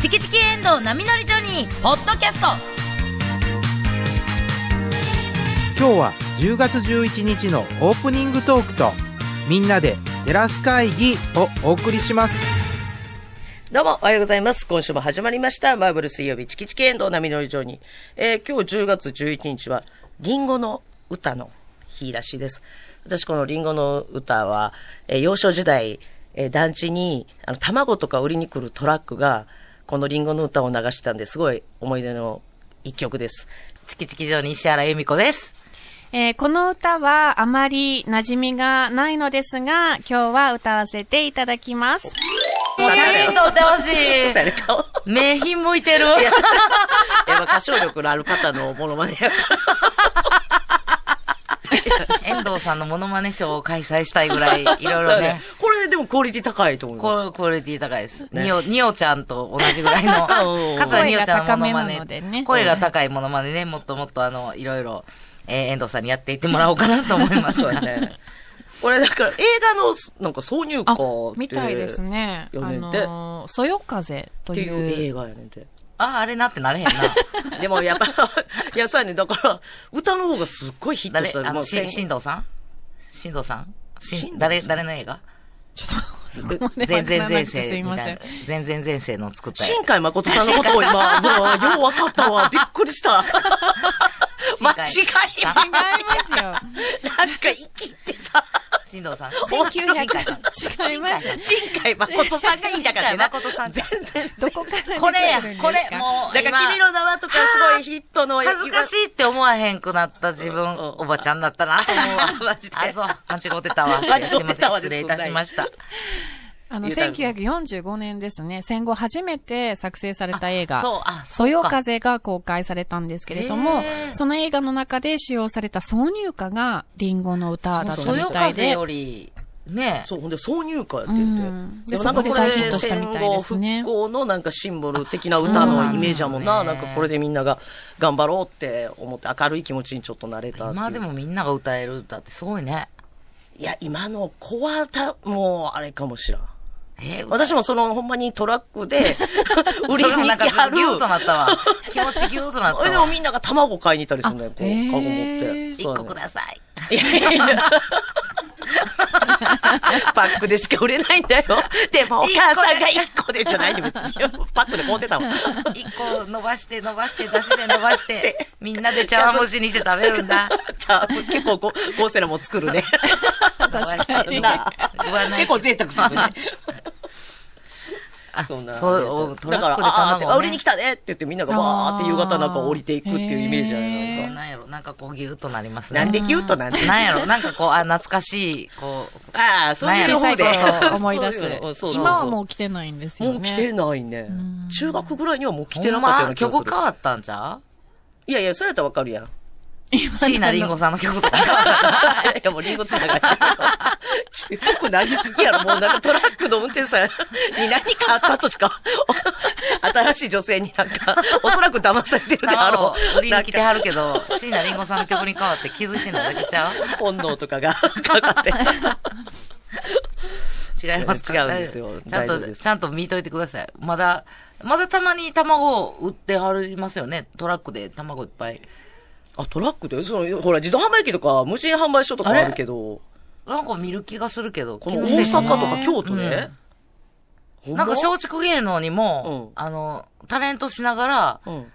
チキチキエンドウ波乗りジョニー」ポッドキャスト今日は10月11日のオープニングトークとみんなでテラス会議をお送りしますどうも、おはようございます。今週も始まりました。マーブル水曜日、チキチキエンドウ波乗り場に。えー、今日10月11日は、リンゴの歌の日らしいです。私、このリンゴの歌は、えー幼少時代、えー団地に、あの、卵とか売りに来るトラックが、このリンゴの歌を流してたんで、すごい思い出の一曲です。チキチキ城に石原由美子です。えーこの歌はあまり馴染みがないのですが、今日は歌わせていただきます。もう写真撮ってほしそうやねい。顔。 目ひんむいてる。やっぱ歌唱力のある方のものまねやから。遠藤さんのモノマネショーを開催したいぐらい、いろいそうろやね。。これでもクオリティ高いと思います。こうクオリティ高いです。ねニオ、ニオちゃんと同じぐらいのおー、桂ニオちゃんのモノマ声が高めなのでねネ。声が高いモノマネね、もっともっとあの、いろいろ、えー遠藤さんにやっていってもらおうかなと思います。そうやね。これだから映画のなんか挿入歌あって。みたいですね。あよねんてのー、そよ風っとていいう映う。画やねんて。 あ、あれなってなれへんな。でもやっぱ、 いや、そうやねんだから、歌の方がすっごいヒット誰したあの、せし、しんどうさんしんどうさんしんどうさしんん、誰、誰の映画全然前世みたねわからなくてすいませいんな。全然前世の作ったやつ新海誠さんのことを今、もう、ようわかったわ。びっくりした。間違い新な違い。いまなんか生きってさ、新藤さん。面白い新海さん。違います新海さん新海誠さんがいいだから新海誠さん全然。すよ。どこからこれや出てくるんで、すこかれ、もう。だから、君今の名はとかすごいヒットの映画。恥ずかしいって思わへんくなった自分、うんおばちゃんだったなと思うマわジであ、そう。間違ってたわ。間違ってたわすいません失礼いたしました。あの、言うたら1945年ですね、戦後初めて作成された映画。そう、あ、そうよか。風が公開されたんですけれどもへー、その映画の中で使用された挿入歌がリンゴの歌だったそうそみよたい風で。より、ねそう、ほんで挿入歌やってう言って。ん。でで、もそなんかこでこ大れヒットしたみたいです戦ね後。復興のなんかシンボル的な歌のイメージやもんな。そうななんんですねかこれでみんなが頑張ろうって思って明るい気持ちにちょっとなれたっていう。今でもみんなが歌える歌ってすごいね。いや、今の子はた、もうあれかもしらん。えー、私もそのほんまにトラックで売り それもになんか来ちょはっるとギ。ューとなったわ。気持ちギューとなったそわ。れでもみんなが卵買いに行ったりするんだよ、こう、あへーカゴ持って。一個ください。いやいやいやパックでしか売れないんだよ。でもお母さんが一個でじゃないよ、別に。パックで買うてたもん。 一個伸ばして伸ばして、出汁で伸ばして、みんなで茶碗蒸しにして食べるんだ。じゃあ、結構こう、ゴーセラも作 るね。確かになあ結構贅沢するね。あ、そそんな。う、トラだから、ックであーって、あ、卵を売りねに来たねって言ってみんながわーって夕方なんか降りていくっていうイメージじゃないへなーんか。なんやろ、なんかこうギューっとなりますなんね。でキュートなんで なんやろ、なんかこう、あ、懐かしい、こう、ああ、そういう方でなんやろそうそうそう思い出すそうそう。今はもう来てないんですよもね。う来てないねん。中学ぐらいにはもう来てなかったような気がす曲る変。わったんちゃいやいや、それやったらわかるやん。いう椎名林檎さんの曲とか。 や、もうリンゴつながり。結構なりすぎやろ。もうなんかトラックの運転手さんに何かあったとしか、新しい女性になんか、おそらく騙されてるであ卵をろ売う。りに来てはるけど、椎名林檎さんの曲に変わって気づいてないだけちゃう本能とかがかか って。違いますか違うんですよちゃん大丈夫でと、すちゃんと見といてください。まだ、まだたまに卵を売ってはりますよね。トラックで卵いっぱい。あ、トラックでその、ほら、自動販売機とか、無人販売所とかあるけど、なんか見る気がするけど、この気の大せいか阪となか京都で、ほなんかょ、松竹芸能にも、うあの、タレントしながら、うん。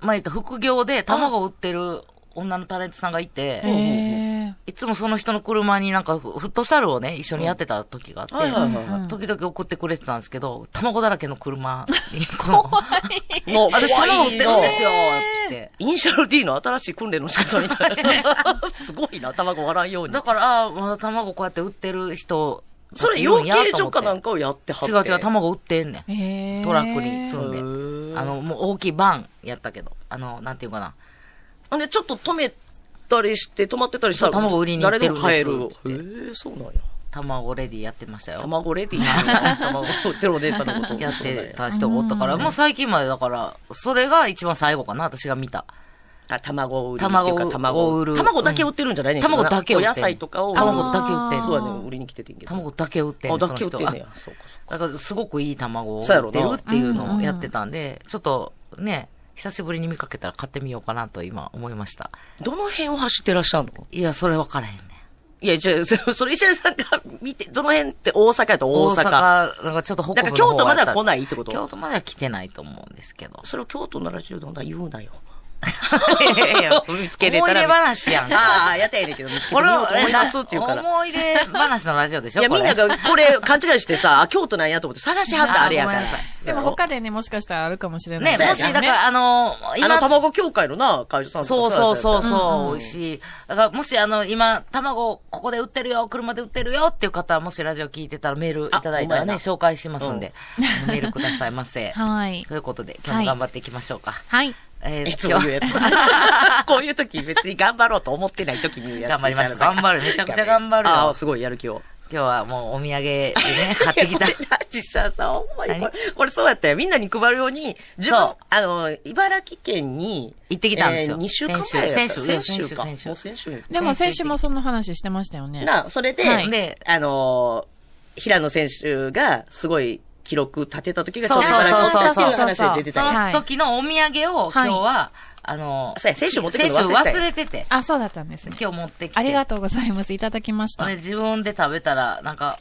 まあ、言った副業で卵を売ってる女のタレントさんがいて、へーいつもその人の車になんかフットサルをね、一緒にやってた時があって、はいはいはいは時々送ってくれてたんですけど、卵だらけの車に、この、い。もう、私卵売ってるんですよ。よ、つって。イニシャル D の新しい訓練の仕方みたい な。すごいな、卵割らんようにだ。から、ああまだ卵こうやって売ってる人、それ、養よ鶏所かなんかをやってはっ違て。う違う、卵売ってんねん。へートラックに積んへで。ーあの、もう大きいバンやったけど、あの、なんていうかな。あで、ちょっと止めたりして、止まってたりしたら、そう卵売りに行ってるんです誰でも買えっる。へえ、そうなんや。卵レディやってましたよ。卵レディーなの。卵売ってるお姉さんの ことを。やってた人がおったから、もう最近までだから、それが一番最後かな、私が見た。あ、卵を売りっていう卵かを卵を売る卵だけ売ってるんじゃないねんけどな卵だけ売ってんお野菜とかを。卵だけ売ってんそうだね、売りに来ててんけど。卵だけ売ってんあ、ねだけ売ってんねその人やは。そうかそうだからすごくいい卵をそうやろ売っなてるっていうのをやってたんで、ちょっとね、久しぶりに見かけたら買ってみようかなと今思いました。か。どの辺を走ってらっしゃるのいや、それ分からへんね。いや、じゃあそそれ石田さんが見て、どの辺って大阪やと大阪。なんかちょっと北部だからの方京都までやはった来ないってこと京都までは来てないと思うんですけど。それを京都のラジオで女言うなよ。いやいや見つけれたら思い出話 やんああ、やったらやねんけど、見つけてみようと思いますって言うから。思い出話のラジオでしょいや、こみれんながこれ勘違いしてさ、あ、京都なんやと思って探しはったあーあれやからごめんなさ。いでそもうやろ他でね、もしかしたらあるかもしれないね、ですもよし、だから、あの、あの今、卵協会のな、会社さんとかそうそうそうう。そう、美味しい。だから、もし、あの、今、卵、ここで売ってるよ、車で売ってるよっていう方は、もしラジオ聞いてたらメールいただいたらね、あ紹介しますんで、メールください ませ。はい。ということで、今日も頑張っていきましょうか。はい。えーいつも言うやつ今日。 こういう時別に頑張ろうと思ってない時に言うやつ。頑張ります石原さん頑張るめちゃくちゃ頑張るよああ、すごいやる気を。今日はもうお土産でね、買ってき た い。やこれな実際さ、ほんまにこれ何、これそうやったよ。みんなに配るように、自分そう、あの、茨城県に、行ってきたんですよえー2週間前やった先週先週先週か。先週もう先週でも先週もその話してましたよね。な、それで、はいであのー平野選手がすごい記録立てた時がちょそっうとそう茨そう城そ県っうていそうう話で出てそたよ。の時のお土産を、今はい日は、あの、そうや先週持ってくるの忘先れて週たよ忘れてて、あ、そうだったんですね。今日持ってきて。ありがとうございます。いただきましたね。自分で食べたら、なんか、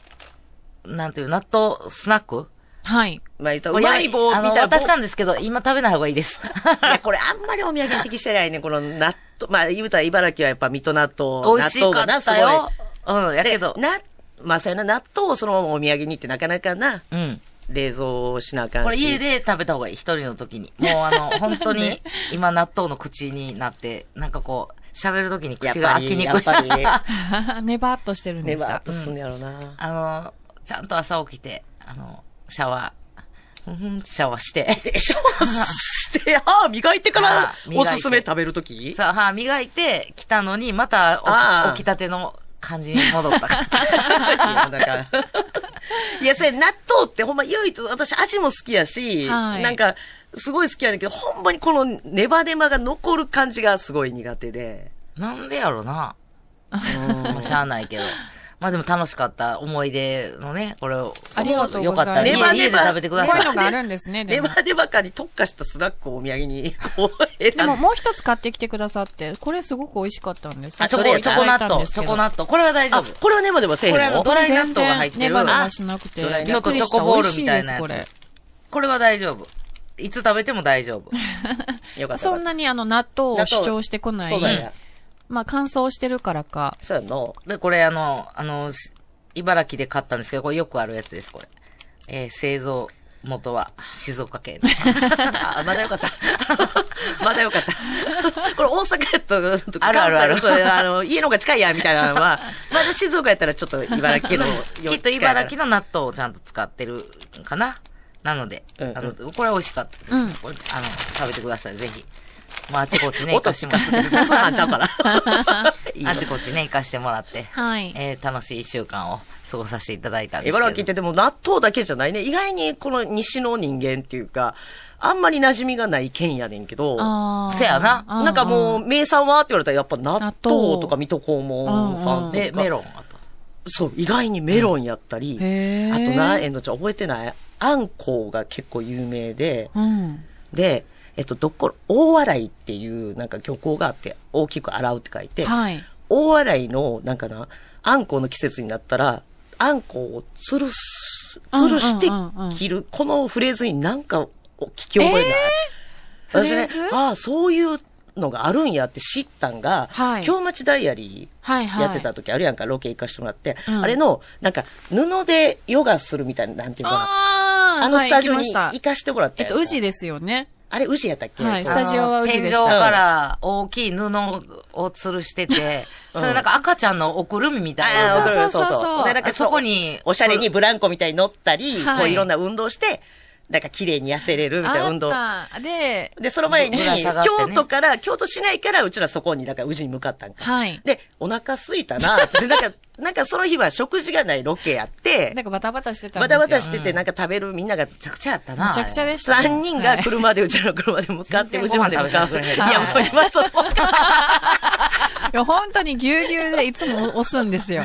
なんていう、納豆スナックはい。 まあ言ったらうまい棒みあの、たいな渡棒。したんですけど、今食べない方がいい です。いやこれあんまりお土産に適してないね。この納豆、まあ言うたら茨城はやっぱ水戸納豆、美味し納豆かがな、っすごたい。よ。うん、やけどで、な、まあそうやな、納豆をそのままお土産にってなかなかな、うん。冷蔵しなあかんし。これ家で食べた方がいい、一人の時に。もうあ の、本当に、今納豆の口になって、なんかこう、喋る時に口が開きにやくっぱり、やっ い。ぱネバーっとしてるんり、でねすかばっとすんね やろな。あの、ちゃんと朝起きて、あの、シャワー、うんふんってシャワーして、で、シャワーして、歯磨いてからあ磨いておすすめ食べるときさあ、歯磨いて来たのに、またああ起き起きたての感じに戻ったかなら。んか いや、それ納豆ってほんま唯一、私味も好きやし、はいなんか、すごい好きやねんけど、ほんまにこのネバネバが残る感じがすごい苦手で。 なんでやろな。うんしゃあないけど。まあでも楽しかった思い出のね、これを。ありがとうよごかざっいたますネバら家ネ家でバ食べてくだこさういうい。のがあるんですね、でネも。バネバ感に特化したスナックをお土産に、こう選ん でもだ。もう一つ買ってきてくださって、これすごく美味しかったんですよ。あチョそれコ、やチョコ納いただいたん豆、ですチけどョコ納豆。これは大丈あ、夫。これはネバネバせえへんこれあの、のドライ納豆が入っ全然てネる。バネあバしなくて。ドライびっくりしたちょっとチョコボールみたいなやつ美味しですこれ。これは大丈夫。いつ食べても大丈夫。よかった。そんな、なにあの、納豆を主張してこなそうだいよ。。まあ、乾燥してるからか。そうやんの。で、これあの、あの、し茨城で買ったんですけど、これよくあるやつです、これ。えー製造元は静 岡県。あ、まだよ かった。 まだよかった。 これ大阪やったとあるあるある関西のそれあの、家の方が近いや、みたいなの は、まだ静岡やったらちょっと茨城のより近いから。きっと茨城の納豆をちゃんと使ってるんかな。なので、うんうんあの、これ美味しかったです。これ、あの、食べてください、ぜひ。まあ、あちこちね、行音かししてもる。らそうなんちゃう から。いいよあちこちね、行かしてもらって、はいえー楽しい一週間を過ごさせていただいたんですけど。茨城ってでも納豆だけじゃないね。意外にこの西の人間っていうか、あんまり馴染みがない県やねんけど、あーせやなあーなんかもう、名産はって言われたらやっぱ納納豆豆とか水戸黄門さんとか。で、メロン、あと。そう、意外にメロンやったり、へーあとな、えんのちゃん覚えてないあんこうが結構有名で、うん。で、えっと、どっころ、大洗っていうなんか漁港があって、大きく洗うって書いて、はい。大洗の、なんかな、あんこうの季節になったら、あんこうを吊るす、吊るしてうんうんうんうん切る、このフレーズになんかお聞き覚えない、私ねフレー、ズああ、そういうのがあるんやって知ったんが、はい京町ダイアリー。はいはい。やってた時あるやんか、ロケ行かしてもらって、うんあれの、なんか、布でヨガするみたいな、なんていうかな。あーあのスタジオはい行にきまし行たかしてもらって。えっと、宇治ですよね。あれ、宇治やったっけ、はいそスうタジオは宇治でした天井から大きい布を吊るしてて、うんそれなんか赤ちゃんのおくるみみたいあな。ーわかるあーそうそうそうそうでなんかそこにおしゃれにブランコみたいに乗ったり、はいこういろんな運動して、なんか綺麗に痩せれるみたいな運動。あった。で、で、その前に、ぶら下がってね京都から、京都市内から、うちらそこに、だから宇治に向かったんか。はい。で、お腹空いたなって、で、なんか、 なんかその日は食事がないロケやってなん、かバタバタしてたんバですタバよ。タしてて、なんか食べるみんなが、ちゃくちゃやったな。めちゃくちゃでしたね。 3人がはい車で、うちらの車で向かって、全う然ちまで向かう。いご飯食べてくれへんや、もう今その、いや、本当にぎゅうぎゅうでいつも押すんで すよ。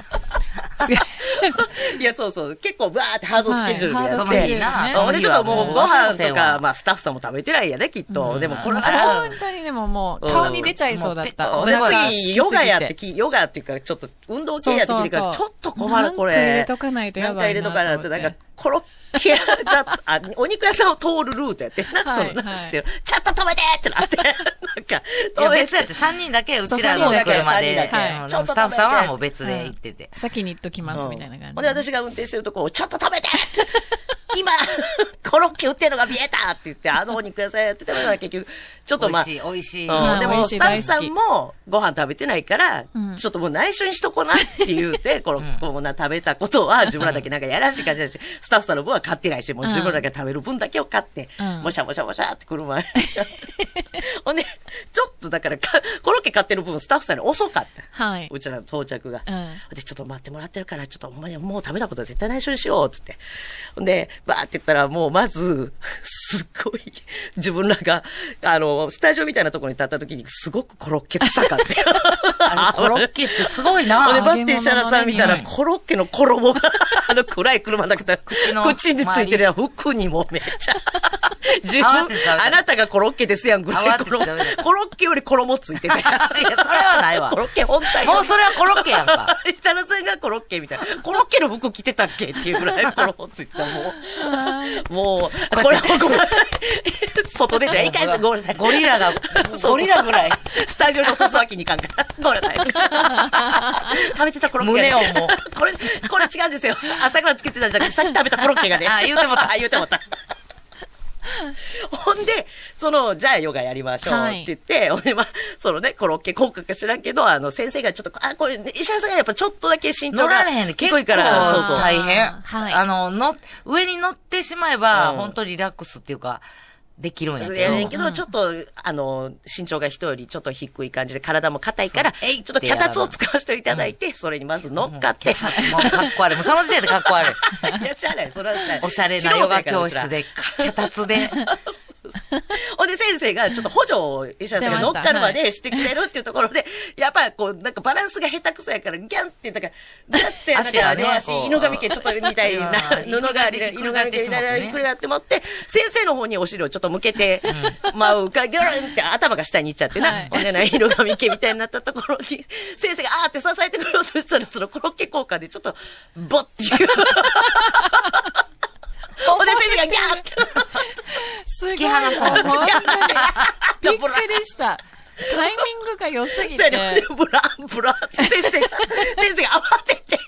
いや、そうそう。結構、バーってハードスケジュールではいやハーっドスケジてュール。ねそうで、ちょっともう、ご飯とか、ままあ、スタッフさんも食べてないやね、きっと。でも、これはちょっと本当にでももう、顔に出ちゃいそうだった。もうお腹が空きすぎ次、てヨガやってき、ヨガっていうか、ちょっと運動系やってきてから、ちそょうそうそうっと困る、これ。なんか入れとかないとやばいななんか入れとかないと、なんと思っか、コロッケ屋だあ、お肉屋さんを通るルートやって、なんかそはの、いなんはかい知ってる。ちょっと止めてってなって、なんか、いや止め別てやっ。て3人だけ、うちらそうのそうそうだ車で、から三人だけうんはいでもスタッフさんはもう別で行ってて。先に行っときます、みたいな感じ。ほんで、私が運転してるとこを、ちょっと止めて って今、コロッケ売ってるのが見えたって言って、あのお肉屋さんやってたのが結局、ちょっ美とまあ味、しい、美味しい。んうん、で美も、味しスいタッフさんもご飯食べてないから、うんちょっともう内緒にしとこなって言う て、このうんこんな食べたことは自分らだけなんかやらしい感じ だし、スタッフさんの分は買ってないし、もう自分らが食べる分だけを買って、うんもしゃもしゃもしゃって車に。 ほんで、ちょっとだからか、コロッケ買ってる分スタッフさんに遅かった。はい。うちらの到着が。うんで、ちょっと待ってもらってるから、ちょっとほんまにもう食べたことは絶対内緒にしようって言って。ほんで、バーって言ったら、もうまず、すっごい、自分らが、あの、スタジオみたいなところに立った時に、すごくコロッケ臭かった。 あれコロッケってすご ほいんで、な。バッテンシャラさん見たら、うんコロッケの衣が、 あの暗い車の中で、口の口についてるやん服にもめっ ちゃ。自分、慌てて食べたあなたがコロッケですやんぐらい、慌コててロ食べたコロッケより衣つい てた。いや、それはないわコロッケ本体よりもうそれはコロッケやんか。 設楽さんがコロッケみたいな。コロッケの服着てたっけっていうぐらいコロッついて た、もう。もう、これはごめん。 外出て、いいかいごめんなさい。ゴリラが、 そうゴリラぐらい。スタジオに落とすわけにいかんから。 ごめんなさい。 食べてたコロッケがね胸をも これ、これ違うんですよ。朝からつけてたんじゃなくて、さっき食べたコロッケがね。 あ言うてもう たあ言うてもうた。ほんで、その、じゃあヨガやりましょうって言って、俺は、そのね、コロッケ効果か知らんけど、あの、先生がちょっと、あ、これ、石原さんがやっぱちょっとだけ身長乗らがれへんね。結低構いから、そうそう。大変。はいあの、の、上に乗ってしまえば、うん本当リラックスっていうか、できるんいややけねんど。けど、ちょっと、あの、身長が人よりちょっと低い感じで、体も硬いから、そうえいちょっと脚立を使わせていただいて、それにまず乗っかって、もうかっこ悪い。もうその時点でかっこ悪い。 いや、しゃあない、それはしゃあない。おしゃれなヨガ教室で、脚立で。ほんで先生がちょっと補助を石原さんが乗っかるまでしてくれるっていうところで、やっぱこう、なんかバランスが下手くそやから、ギャンって、なんか、ギャンって、なん足がかね両足こ う、犬神家ちょっとみたいなうん布がありで、犬犬神神家家しみまたってねいな、ひっくり返って持って、先生の方にお尻をちょっと向けて、まうか、ギョロンって頭が下にいっちゃってはな、いほんでな、犬神家みたいになったところに、先生があーって支えてくれようとしたら、そのコロッケ効果でちょっと、ボッって いう。ほんで先生がギャーって。すごい。突き放された本当に突き放されたびっくりした。タイミングが良すぎそうてや。ね。ブラン、ブランって先生が、先生が慌てて、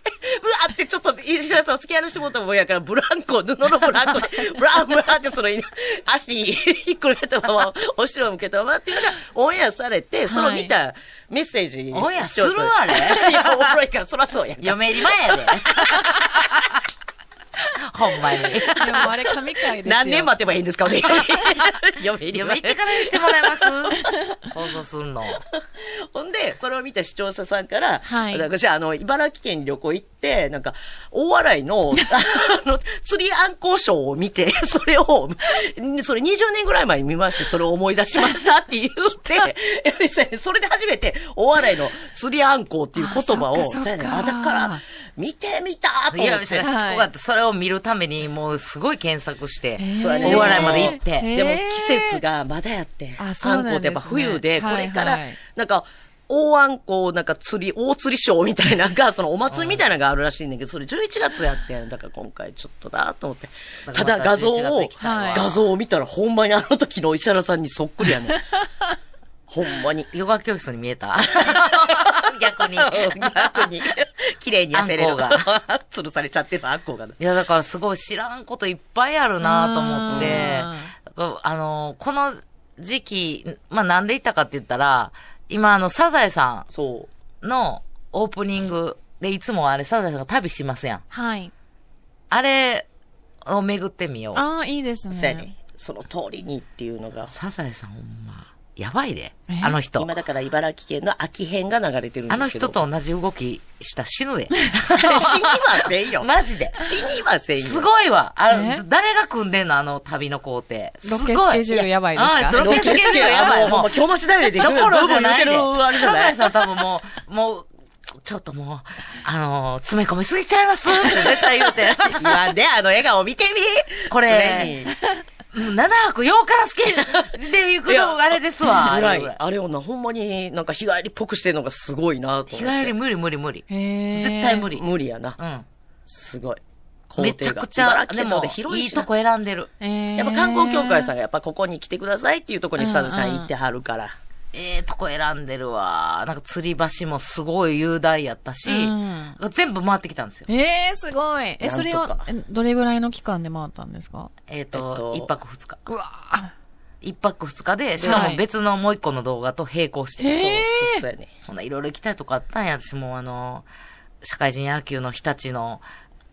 ブランってちょっと、石原さんを付き合いのしてもうたもんやから、ブランコ、布のブランコで、ブランブランってその、足にひっくり返ったまま、お城を向けたままっていうのが、オンエアされて、その見たメッセージ、オンエアする視聴者あれいや、おもろいから、そらそうやんか。嫁入り前や で。ほんまに。でもあれ神回ですよ。何年待てばいいんですか、俺。嫁入り嫁前行ってからにしてもらえます放送す んの。ほんで、それを見た視聴者さんから、はいなんかじゃあ、あの、茨城県に旅行行って、なんか、大洗の、 あの、釣り暗光ショーを見て、 それを、それ20年ぐらい前に見まして、それを思い出しましたって言って、やりさん それで初めて、大洗の釣り暗光っていう言葉あそっを、かそっかうやねんあ、だから、見てみたと思岩っ見さんてが。しつこかった。それを見るために、もうすごい検索して。そうやね大洗まで行ってへーでも季節がまだやって、あそうあなんんこうっですねてやっぱ冬で、こはいれからはい、なんか、大あんこ、なんか釣り、大釣りショーみたいなのが、そのお祭りみたいなのがあるらしいんだけど、それ11月やってん。だから今回ちょっとだと思って。ただ画像11月行をき、たいわ画像を見たらほんまにあの時の石原さんにそっくりやねん。ほんまに。ヨガ教室に見 えた逆に。逆に、 綺麗に痩せれるのがあん、 吊るされちゃってるあんこがな。いや、だからすごい知らんこといっぱいあるなと思ってあ、こうあの、この時期、まあ、なんで行ったかって言ったら、今あの、サザエさそんのオープニングで、いつもあれ、サザエさんが旅しますやん。はい。あれを巡ってみよう。ああ、いいですう。そうやねね。。その通りにっていうのが。サザエさんほんま、やばいでえ。あの人今。だから茨城県の秋編が流れてるんですけど。あの人。と同じ動きしたら死ぬで。死にませんよ。マジで。死にませんよ。すごいわ。あえの、誰が組んでんのあの旅の工程。すごい。ロケスケジュールやばいですかあロロケケスケスジケュールやばやばい。い。ももう、今日持ちだよでう、どころじゃないで。ブーブー言うてるあれじゃサなザいエさん多分もう、もう、ちょっともう、あのー詰め込みすぎちゃいますって絶対言うて。言わんで、あの笑顔見てみこれ常にもう7泊8日のスケジュールで行くいやの、あれですわ。ぐらいあれぐらいあれをな、ほんまになんか日帰りっぽくしてるのがすごいなと思って。日帰り無理無理無理。へー絶対無理。無理やな。うん。すごい。めちゃくち工程がゃ、で茨城県のも方、広いいいしなとこ選んでる。えーやっぱ観光協会さんがやっぱここに来てくださいっていうところにサザエさうんうんん行ってはるから。ええとこ選んでるわ。なんか吊り橋もすごい雄大やったし、うん全部回ってきたんですよ。えー、すごい。なんとえ、かそれを、えどれぐらいの期間で回ったんですかえっ、えっとと、一、泊二日。うわ一泊二日で、しかはもい別のもう一個の動画と並行して。へえそうそうやね。ほないろいろ行きたいとこあったんや。私もあの、社会人野球の日立の、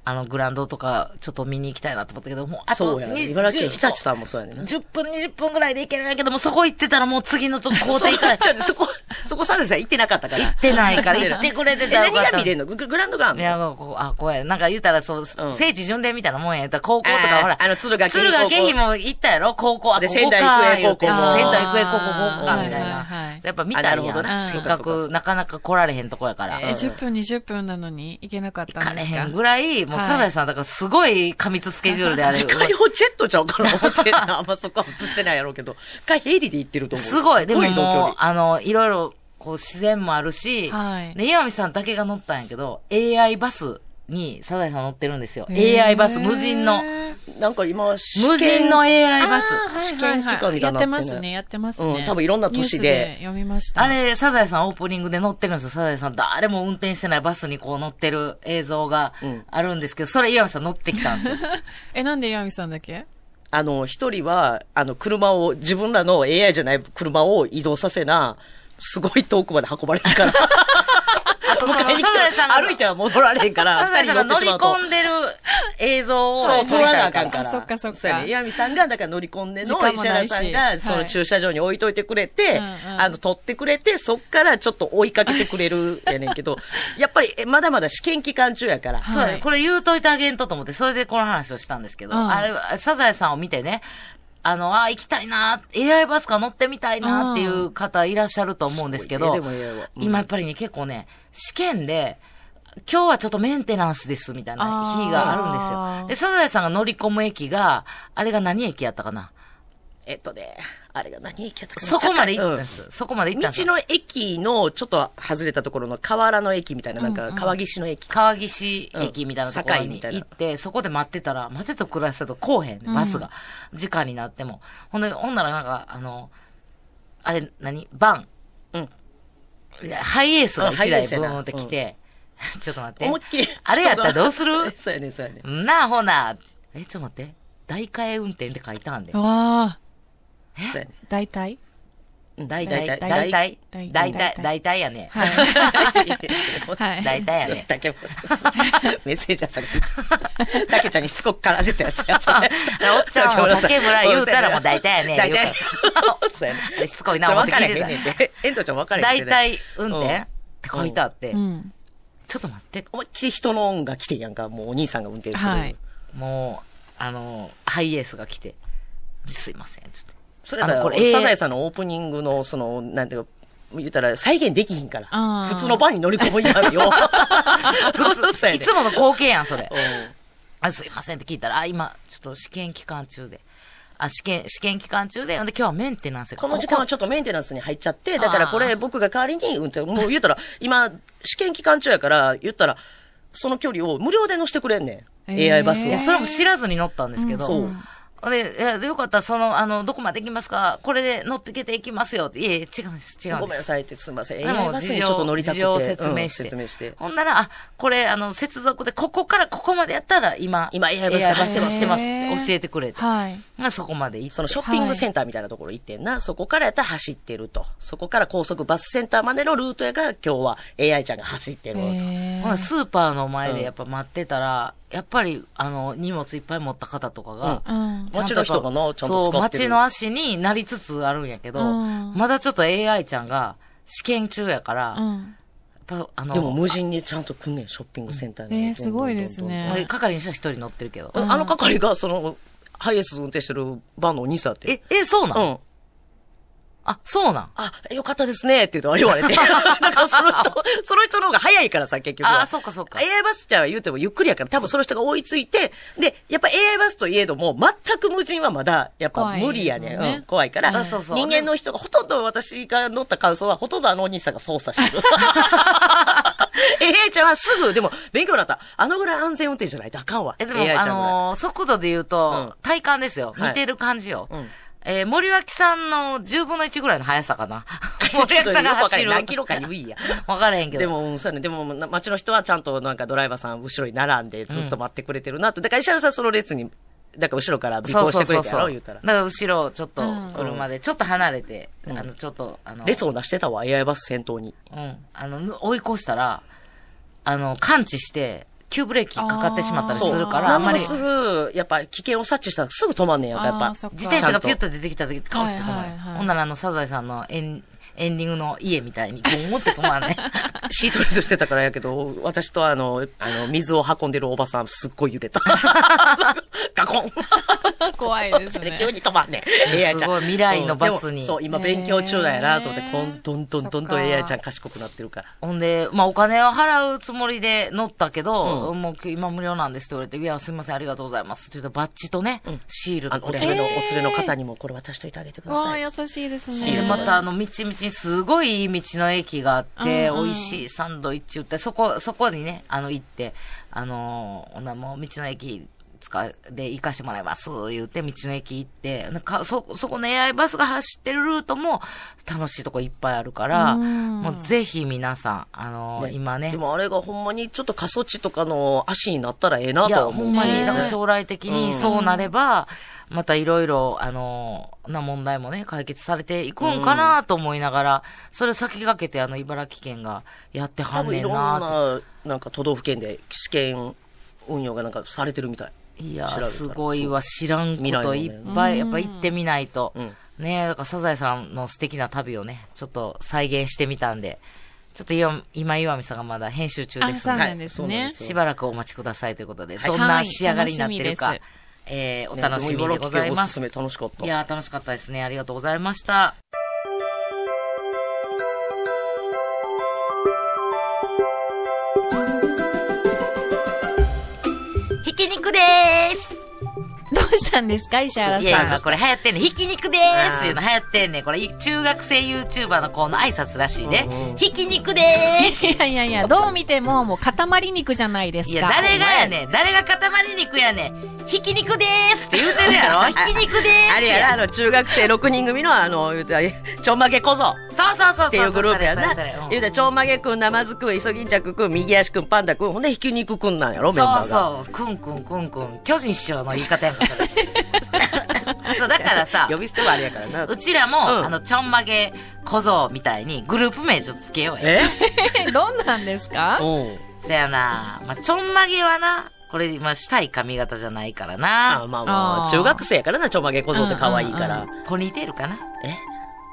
あの、グラウンドとか、ちょっと見に行きたいなと思ったけど、もう、あそとうや20、ね。茨城県日立さんもそうやねんな。 10分、20分ぐらいで行けるんやけど、もうそこ行ってたらもう次のとこ工程行かない。ちょっとそこ、そこサザエさん行ってなかったか行らっ。てないから、行行っっててくれてえ、たら何よかったがの見に。れんのググラウンドがあんいのや、こう、あ、こうや。なんか言うたら、そう、ん聖地巡礼みたいなもんや。だから高校とあか、ーほら。あの鶴ヶ鶴慶ヶ慶妃も行ったやろ高校。あ、でここか仙台育英高校言うても仙台育英高校、ここあか、ーみたいはいなはいはい。やっぱ見たあなりるやほどなな。せそっうかかそうかく、なかなか来られへんとこやから。えー、10分、20分なのに行けなかった行かんれですへんかぐらい、もうはいサザエさん、だからすごい過密スケジュールであれ時。間用チェットちゃうから思ってんな。あんまそこは映ってないやろうけど。一回ヘリで行ってると思う。すごい、でもすごいもう遠、あの、いろいろ、こう、自然もあるし、はいで、岩見さんだけが乗ったんやけど、AI バスにサザエさん乗ってるんですよ。へー AI バス、無人の。距離。なんか今、無無人の AI バス。あーはい試験期間にはいはいだなやっっててねますね、やってますね。うん多分いろんな都市でニュース読みました。あれ、サザエさんオープニングで乗ってるんですよ。サザエさん誰も運転してないバスにこう乗ってる映像がうんあるんですけど、それ岩見さん乗ってきたんですよ。 え、なんで岩見さんだけあの、一人は、あの、車を、自分らの AI じゃない車を移動させな、すごい遠くまで運ばれるから。あとそのサザ迎えに来たらエさんが歩いては戻られへんから、サザエ二さ人ん乗がっ乗てりしまうと。込んでる映像をそう撮撮りらたないあかからん。から。そっかそっかうやね。岩見さんが、だから乗り込んで時の間もないし石原さんが、そはのい駐車場に置いといてくれて、うんうんあの、撮ってくれて、そっからちょっと追いかけてくれるやねんけど、やっぱり、えまだまだ試験期間中やから。そうだはね。いこれ言うといてあげんとと思って、それでこの話をしたんですけど、うんあれ、サザエさんを見てね、あの、あ、行きたいな、AI バスか乗ってみたいなっていう方いらっしゃると思うんですけど、すごいねでも AI はうん今やっぱりね、結構ね、試験で、今日はちょっとメンテナンスですみたいな日があるんですよ。で、サザエさんが乗り込む駅が、あれが何駅やったかなえっとね、あれが何駅やったかなそこまで行ったんうでんす。そこまで行った道んですよ。の駅のちょっと外れたところの河原の駅みたいな、なんか川岸の駅。川岸駅みたいなところうん境みにたいな行って、そこで待ってたら、待てと暮らせと来おへん、バスが。時間になっても。ほんで、ほんならなんか、あの、あれ、何バン。うんいや。ハイエースがあハ1イエー台スブやなーンって来て、 ちょっと待って。思いっきり。あれやったらどうす人がる そうやね、そうやね。んなあ、ほな。え、ちょっと待って。大替え運転って書いてあんで。わあ、そうやね。大体うん大大体、体大体、大体大体、大体やね。はい。はい。大体 やね。竹 本さん。メッセージャーさんが。 竹ちゃんにしつこく絡んでたやつや。それおっちゃん も竹村言うたらもう大体やね大体言うか。 そうやねあれしつこいな思って聞いてたそれ分からへんねんて遠藤ちゃん分からへん大ねんて体運うん転って書いてあって、うん。ちょっと待って、思いっきり人の恩が来てんやんか、もうお兄さんが運転する。はいもう、あの、ハイエースが来て、すいません、つって。それだから、あのこれサザエさんのオープニングの、その、なんていうか、言ったら再現できひんからあ。ー普通のバンに乗り込むになるよ。そう 普通やねいつもの光景やん、それ。うんあすいませんって聞いたら、あ、今、ちょっと試験期間中で。あ、試験、試験期間中で、ほんで今日はメンテナンスやこの時間はちょっとメンテナンスに入っちゃって、だからこれ僕が代わりに運転、もう言ったら、今、試験期間中やから、言ったら、その距離を無料で乗せてくれんねん。えー AI バスいをや、。それも知らずに乗ったんですけど。そう。で、いや、でよかったら、その、あの、どこまで行きますかこれで乗ってけて行きますよって。いえいえ、違うんです、違うんです。ごめんなさいって、すみません。で AI もバス事に情ちょっと乗りたくて。事情を説明して。うん説明して。ほんなら、あ、これ、あの、接続で、ここからここまでやったら、今、今 AI バスが AI バス走っててまますすって教えてくれて。はい。まあ、そこまで行ってそのショッピングセンターみたいなところ行ってんな。そこからやったら走ってると。そこから高速バスセンターまでのルートやが今日は AI ちゃんが走ってるわと。へーほなスーパーの前でやっぱ待ってたら、やっぱり、あの、荷物いっぱい持った方とかが、うん。街の人かなちゃんとそ使う、ってる。街の足になりつつあるんやけど、うんまだちょっと AI ちゃんが試験中やから、うやん。っぱあの、でも無人にちゃんと来んねん、ショッピングセンターに。えーすごいですねまあ係の人は一人乗ってるけど。どんどんどんどん。あの係が、その、ハイエース運転してるバンのお兄さんやって。え、え、そうなん、うん。あ、そうなんあ、よかったですね、って言うとあれ言われて。 だからその 人、その人の方が早いからさ、結局は。あー、そうかそうか。 AI バスじゃ言うてもゆっくりやから、多分その人が追いついて、で、やっぱ AI バスといえども、全く無人はまだ、やっぱ無理やねん。怖いですよねうん怖いから、あそうそう人間の人が、ほとんど私が乗った感想は、ほとんどあのお兄さんが操作してる。AI ちゃんはすぐ、でも、勉強になった。あのぐらい安全運転じゃないとあかんわ。え、で AI も、ちゃあんぐらい。のー速度で言うと、う体感ですよ。はい見てる感じよ。うんえー森脇さんの10分の1ぐらいの速さかな。森ちょっ脇とさんがよくわかん走ないる。何キロか言ういや。 わからへんけど。でも、うんそうやね。でも、な街の人はちゃんとなんかドライバーさん後ろに並んでずっと待ってくれてるなって。だから石原さんその列に、だから後ろから尾そ行うしそてうくれそうてやそう。ろ、だ言うたらか。ら後ろ、ちょっとうん、車で、ちょっと離れて、んあの、ちょっと、あの、列を出してたわ、AI バス先頭に。うん。あの、追い越したら、あの、感知して、急ブレーキかかってしまったりそうするかあら、あーんなまんでりも、すぐ、やっぱ危険を察知したらすぐ止まんねんやんか、やっあぱーそっ。か自転車がピュッと出てきた時、カーって止まはいはいる。はいほんなら、あの、サザエさんのエン、エンディングの家みたいに、ゴーンって止まん ね。シートベルトしてたからやけ ど、私とあの、あの、水を運んでるおばさん、すっごい揺れ た。ガコン怖いですそれね。急に止まんねん。いや AI ちゃんすごい未来のバスにうんでもそう、今勉強中だやなと思って、へーこんどんどんどんどんそっか AI ちゃん賢くなってるから。ほんで、まあ、お金を払うつもりで乗ったけど、うもう今無料なんですって言われて、いや、すみません、ありがとうございます。って言うと、バッジとね、んシールあとの、くおれ連てれの、おえー連れの方にもこれ渡しといてあげてくだわさあ、い。優しいですシーね。ルまたあの、みちみちにすごいいい道の駅があって、うんうん美味しいサンドイッチ売って、そこ、そこにね、あの、行って、あのー、ほな、もう道の駅使で行かしてもらいます、言って、道の駅行って、なんか、そ、そこの AI バスが走ってるルートも楽しいとこいっぱいあるから、うんもうぜひ皆さん、あのー、ね今ねで、もあれがほんまにちょっと過疎地とかの足になったらええないとや、は思ほう。んまねに、だから将来的うんにそうなれば、またいろいろ、あの、な問題もね、解決されていくんかなと思いながら、それを先駆けて、あの、茨城県がやっては多ん分ねいんろんなな、なんか都道府県で試験運用がなんかされてるみたい。と。いや調べた、らすごいわ、知らんこ未来のとねいっぱい、やっぱ行ってみないとうん。ねえ、だからサザエさんの素敵な旅をね、ちょっと再現してみたんで、ちょっと今、今岩見さんがまだ編集中あ、ですそうのなでん、ですはいそうなんねで。すしばらくお待ちくださいということで、いどんな仕上がりになってるはかい楽し、えーおね楽しみでございも茨城県まおすすす。め楽しかった。いやー、楽しかったですね。ありがとうございました。ひき肉でーす。どうしたんですか、石原いや、さ今ん。これ流行ってんねん。ひき肉でーすっていうの流行ってんねん。これ、中学生 YouTuber の子の挨拶らしいね。ひき肉でーす。いやいやいや、どう見てももう塊肉じゃないですか。いや、誰がやねん。誰が塊肉やねん。ひき肉でーすって言うてるや ろ。ひき肉でーすや。あれやな、あの、中学生6人組の、あの、言うたら、ちょんまげ小僧っそうそうそうそう。ていうグループやそれなそれそれ。言うたら、ちょんまげくん、ナマズくん、イソギンチャクくん、右足くん、パンダくん、ほんで、ひき肉くんなんやろ、メンバーそが。うそう。くんくんくんくん。巨人師匠の言い方やんか、それ。 そう、だからさ。呼び捨てはあれやからな。うちらも、うんあの、ちょんまげ小僧みたいにグループ名ちょっとつけようや。え どんなんですかうん。そやな。まあ、ちょんまげはな、これ、まあ、したい髪型じゃないからあな。まあまあ、あー中学生やからな、ちょんまげ小僧って可愛いから。うんポニーテールかなえ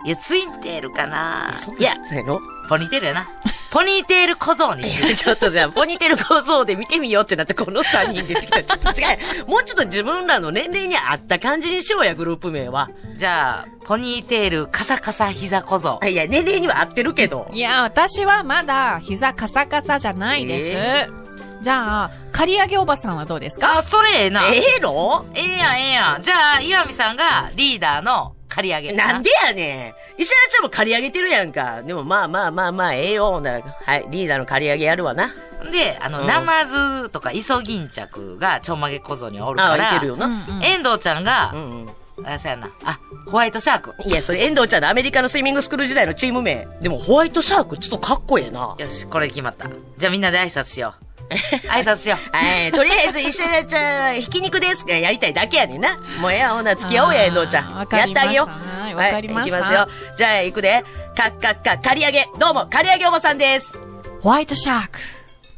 いや、ツインテールかなえそんいなやち、っちゃいのポニーテールやな。ポニーテール小僧にしよう。ちょっとじゃあ、ポニーテール小僧で見てみようってなって、この3人出てきた。ちょっと違う。 もうちょっと自分らの年齢に合った感じにしようや、グループ名は。 じゃあ、ポニーテールカサカサ膝小僧あ。いや、年齢には合ってるけどい。や、私はまだ膝カサカサじゃないです。えじゃあ、刈り上げおばさんはどうですかあ、それええな。えええのえやん、ええやん。じゃあ、岩見さんがリーダーの借り上げ。なんでやねん。石原ちゃんも借り上げてるやんか。でもまあまあまあまあ、ええよ。ほんなら、はい、リーダーの借り上げやるわな。で、あの、うんナマズとかイソギンチャクがちょんまげ小僧にはおるあかあ、ら、いけるよな。うんうん遠藤ちゃんうが、んうん。あ、そうやな。あ、ホワイトシャーク。いや、それ遠藤ちゃんのアメリカのスイミングスクール時代のチーム名。でもホワイトシャーク、ちょっとかっこええな。よし、これ決まった。じゃあみんなで挨拶しよう。挨拶 しよう。はい、とりあえず石原ちゃんはひき肉ですがやりたいだけやねんな。もうええわ、ほな付き合おうや、あー遠藤ちゃん。わかやっりてまあげしたよう。はいわかりましたはい、いきますよ。じゃあ、行くで。かっかっか、刈り上げ。どうも、刈り上げおばさんです。ホワイトシャーク。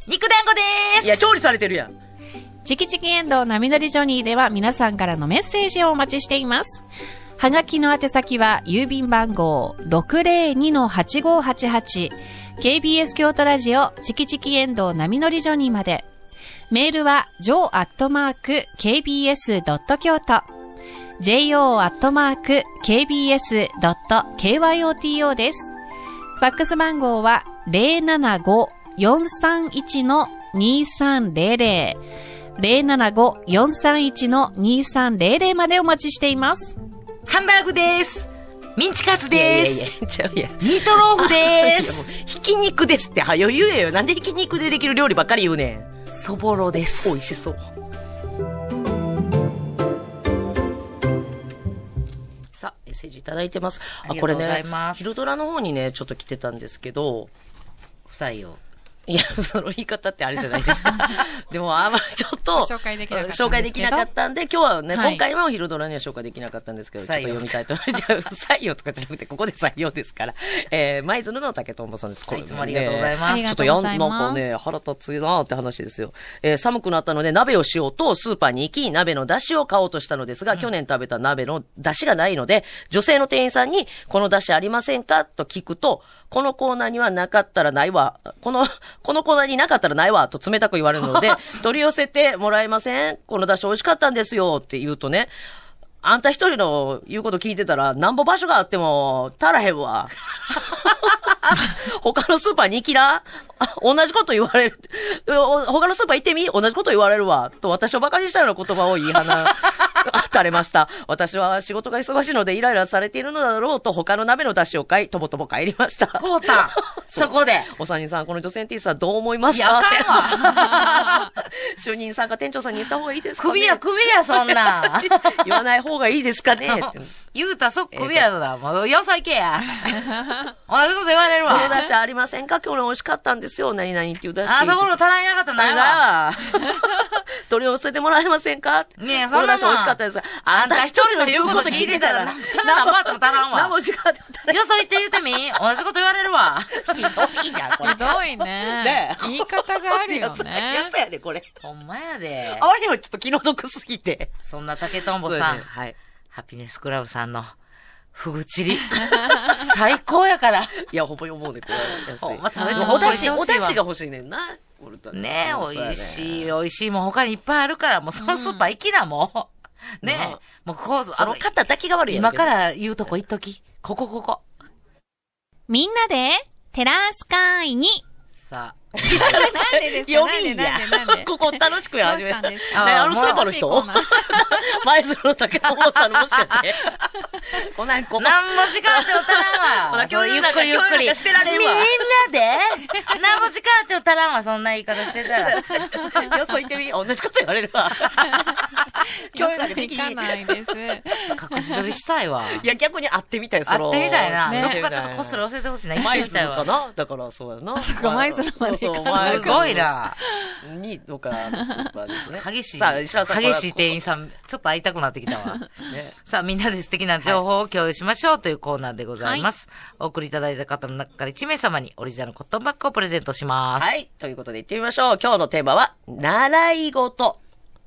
肉団子でーすいや、調理されてるやん。チキチキエンドウ波乗りジョニーでは皆さんからのメッセージをお待ちしています。はがきの宛先は郵便番号 602-8588KBS 京都ラジオチキチキエンドウ波乗りジョニーまで。メールは jo.kbs.kyoto jo.kbs.kyoto です。ファックス番号は075-431-2300。075-431-2300までお待ちしています。ハンバーグです。ミンチカツでいやいやす。いやちゃうやんミートローフでいやもうす。ひき肉ですって、はよ言えよ。なんでひき肉でできる料理ばっかり言うねん。そぼろです美。味しそう。さあ、メッセージいただいてます。ありがとうございますこれね、昼ドラの方にね、ちょっと来てたんですけど、不採用。いや、 その言い方ってあれじゃない ですか。でも、あんまりちょっと、紹介できなかったんですけど紹介できなかったんで、今日はね、はい今回も昼ドラには紹介できなかったんですけど、不ちょっ採と用読みたいと思います。じゃ あ、不採用とかじゃなくて、ここで採用ですから。えー、舞鶴の竹とんぼさんです。こはれい、いねつもありがとうございまあすり。ちょがっととうやごん、ざないんますかね、腹立つなーって話ですよ。えー寒くなったので鍋をしようと、スーパーに行き、鍋の出汁を買おうとしたのですが、去年食べた鍋の出汁がないので、女性の店員さんに、この出汁ありませんかと聞くと、このコーナーにはなかったらないわ、この、このコーナーになかったらないわ、と冷たく言われる ので、取り寄せてもらえませんこの出汁美味しかったんですよ、って言うとね、あんた一人の言うこと聞いてたら、なんぼ場所があっても、足らへんわ。他のスーパーに行きなあ同じこと言われる。お他のスーパー行ってみ同じこと言われるわ。と私を馬鹿にしたような言葉を言い放 たれました。私は仕事が忙しいのでイライラされているのだろうと他の鍋の出汁を買い、とぼとぼ帰りま した。こうた。そこで。 お三人さん、この女性の T さんどう思いまいすや、かあかんわ。って 主任さんが店長さんに言った方がいいですかね首や、首や、そんなん。言わない方がいいですか ねって言うたらそっ首やろな。もう、よそ行け や。同じこと言われるわこ。の出汁ありませんか今日の美味しかったんですよ。何々っていう出汁。あそこの足らなかったらないわ。あら、 取り寄せてもらえませんかねえそんなもんこの出汁美味しかったです。あんた一人の言うこと聞いてたら、な何んばあとも足らんわ。もよ時間で足らんそ行って言うてみ同じこと言われるわ。 ひどいな、これ。ひどいねね。言い方がある よやねつ。やで、これ。ほんまやであ。まりにもちょっと気の毒すぎて。そんな竹とんぼそうさやんね、はい。ハピネスクラブさんの、ふぐちり。 最高やから。いや、ほんまに思うね、これ。安ほんまい。食べてあーお出汁、ほんまおに出美汁味しいわが欲しいねんな。これだってねえ、美味そうやねしい、美味しい。もう他にいっぱいあるから、もうそのスーパー行きな、もう。ねえまあ。もうこう、そあのの、肩だけが悪いやろ今うけどか。ら言うとこ言っとき。ここ、ここ。みんなで、テラス会に。さあ。なんでですか読みいやなんでなんでなんで。ここ楽しくやどうしたんですかねあのスーパーのも人う欲しいコーナー前園の竹友さんのもしか して。こんなん、ここ何も時間あっておた らんほわ。なそうゆっ共有なんくかりゆっく共有なんり。かしてられるみんわなで何も時間あっておたらんわ。そんな言い方してた ら。 よそ行ってみ同じこと言われる わ。共有なんかでき行かないです。隠し撮りしたいわ。いや、逆に会ってみたい、そ会の。ってみたいな。ねどこかちょっとこっそり教えてほしいな。行っ舞てみたい鶴かわ。なだから、そうやな。っか舞鶴まで行かなすごい。な。に、どっか、スーパーですね。 激しい。さあ、石原さん。激しい店員ささん、ちょっと会いたくなってきた わ。ん。ねさあ、みんなで素敵な情報を共有しましょうというコーナーでございます。お送りいただいた方の中から1名様にオリジナルコットンバッグをプレゼントします。は。い。ということで行ってみましょう。今日のテーマは、習い事。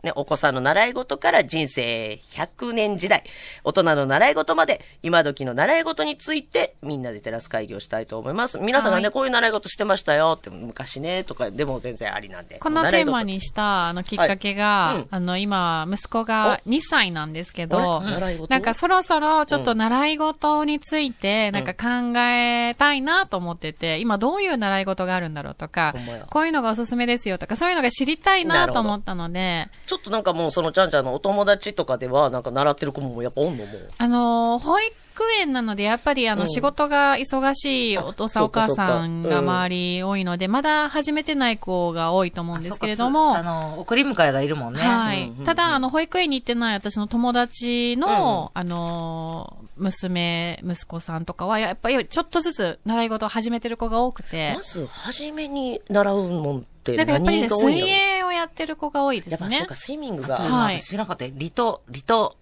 ね、お子さんの習い事から人生100年時代、大人の習い事まで、今時の習い事について、みんなでテラス会議をしたいと思います。皆さんがね、はいこういう習い事してましたよって、昔ね、とか、でも全然ありなんで。このテーマにした、あの、きっかけが、うんあの、今、息子が2歳なんですけど、あれ習い事なんかそろそろちょっと習い事について、なんか考えたいなと思ってて、今どういう習い事があるんだろうとかほんまや、こういうのがおすすめですよとか、そういうのが知りたいなと思ったので、ちょっとなんかもう、そのちゃんちゃんのお友達とかでは、なんか習ってる子もやっぱおんのもう。あの、保育園なので、やっぱりあうの、ん仕事が忙しいお父さんあお母さそうんかそうかがうん周り多いので、まだ始めてない子が多いと思うんですけれども、あの、送り迎えがいるもんね。はうんいうんうん。ただ、あの、保育園に行ってない私の友達の、あの、娘、息子さんとかは、やっぱりちょっとずつ習い事を始めてる子が多くてま、ず、初めに習うもんってなんかやっぱり何ね、が多いん水やろ泳をやってる子が多いでやっすぱそうねか、。スイミングあと、が。はい知らなかった。離島、離島、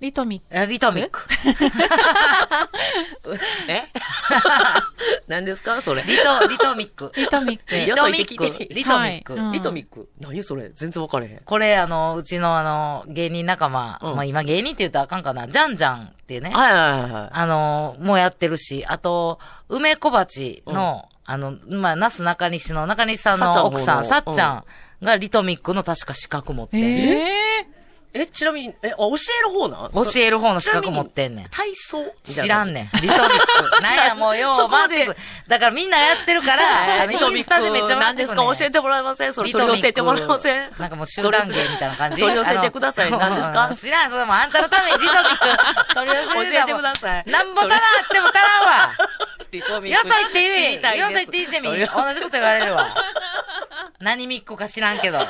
リトミック。えリトミック。え 何ですかそれ。リト、リトミック。 リトミック。リよトそミ行ってッきてク。リトミック。はいうんリトミック。何それ全然分かれへん。これ、あの、うちのあの、芸人仲間、うんまあ今芸人って言ったらあかんかな、ジャンジャンっていうね、はいはいはい。あの、もうやってるし、あと、梅小鉢の、あの、まあ、なす中西の中西さんさっちゃんのの方の奥さん、さっちゃうんがリトミックの確か資格持ってんねん、えええ、ちなみに、え、あ教える方なん教える方の資ちなみ格に持ってんねん。体操みたい知なら感じんねん。リトミック。なんや、もうよ、そうこ回っでてくる。だからみんなやってるから、あのリト インミスタでめっッちゃク、回何ってでくする、かねん。教えてもらえませんそれリ取トりミ寄ックせてもらえませんなんかもう集団芸みたいな感じ。取り寄せてくださいあの何ですか うん知らん、それもあんたのためにリトミック。取り寄教せてえてください。なんぼ足らんあっても足らんわ。リトミッよク。そ行って言知りたえ。いよですそ行って言ってみ。同じこと言われるわ。 何ミックか知らんけど。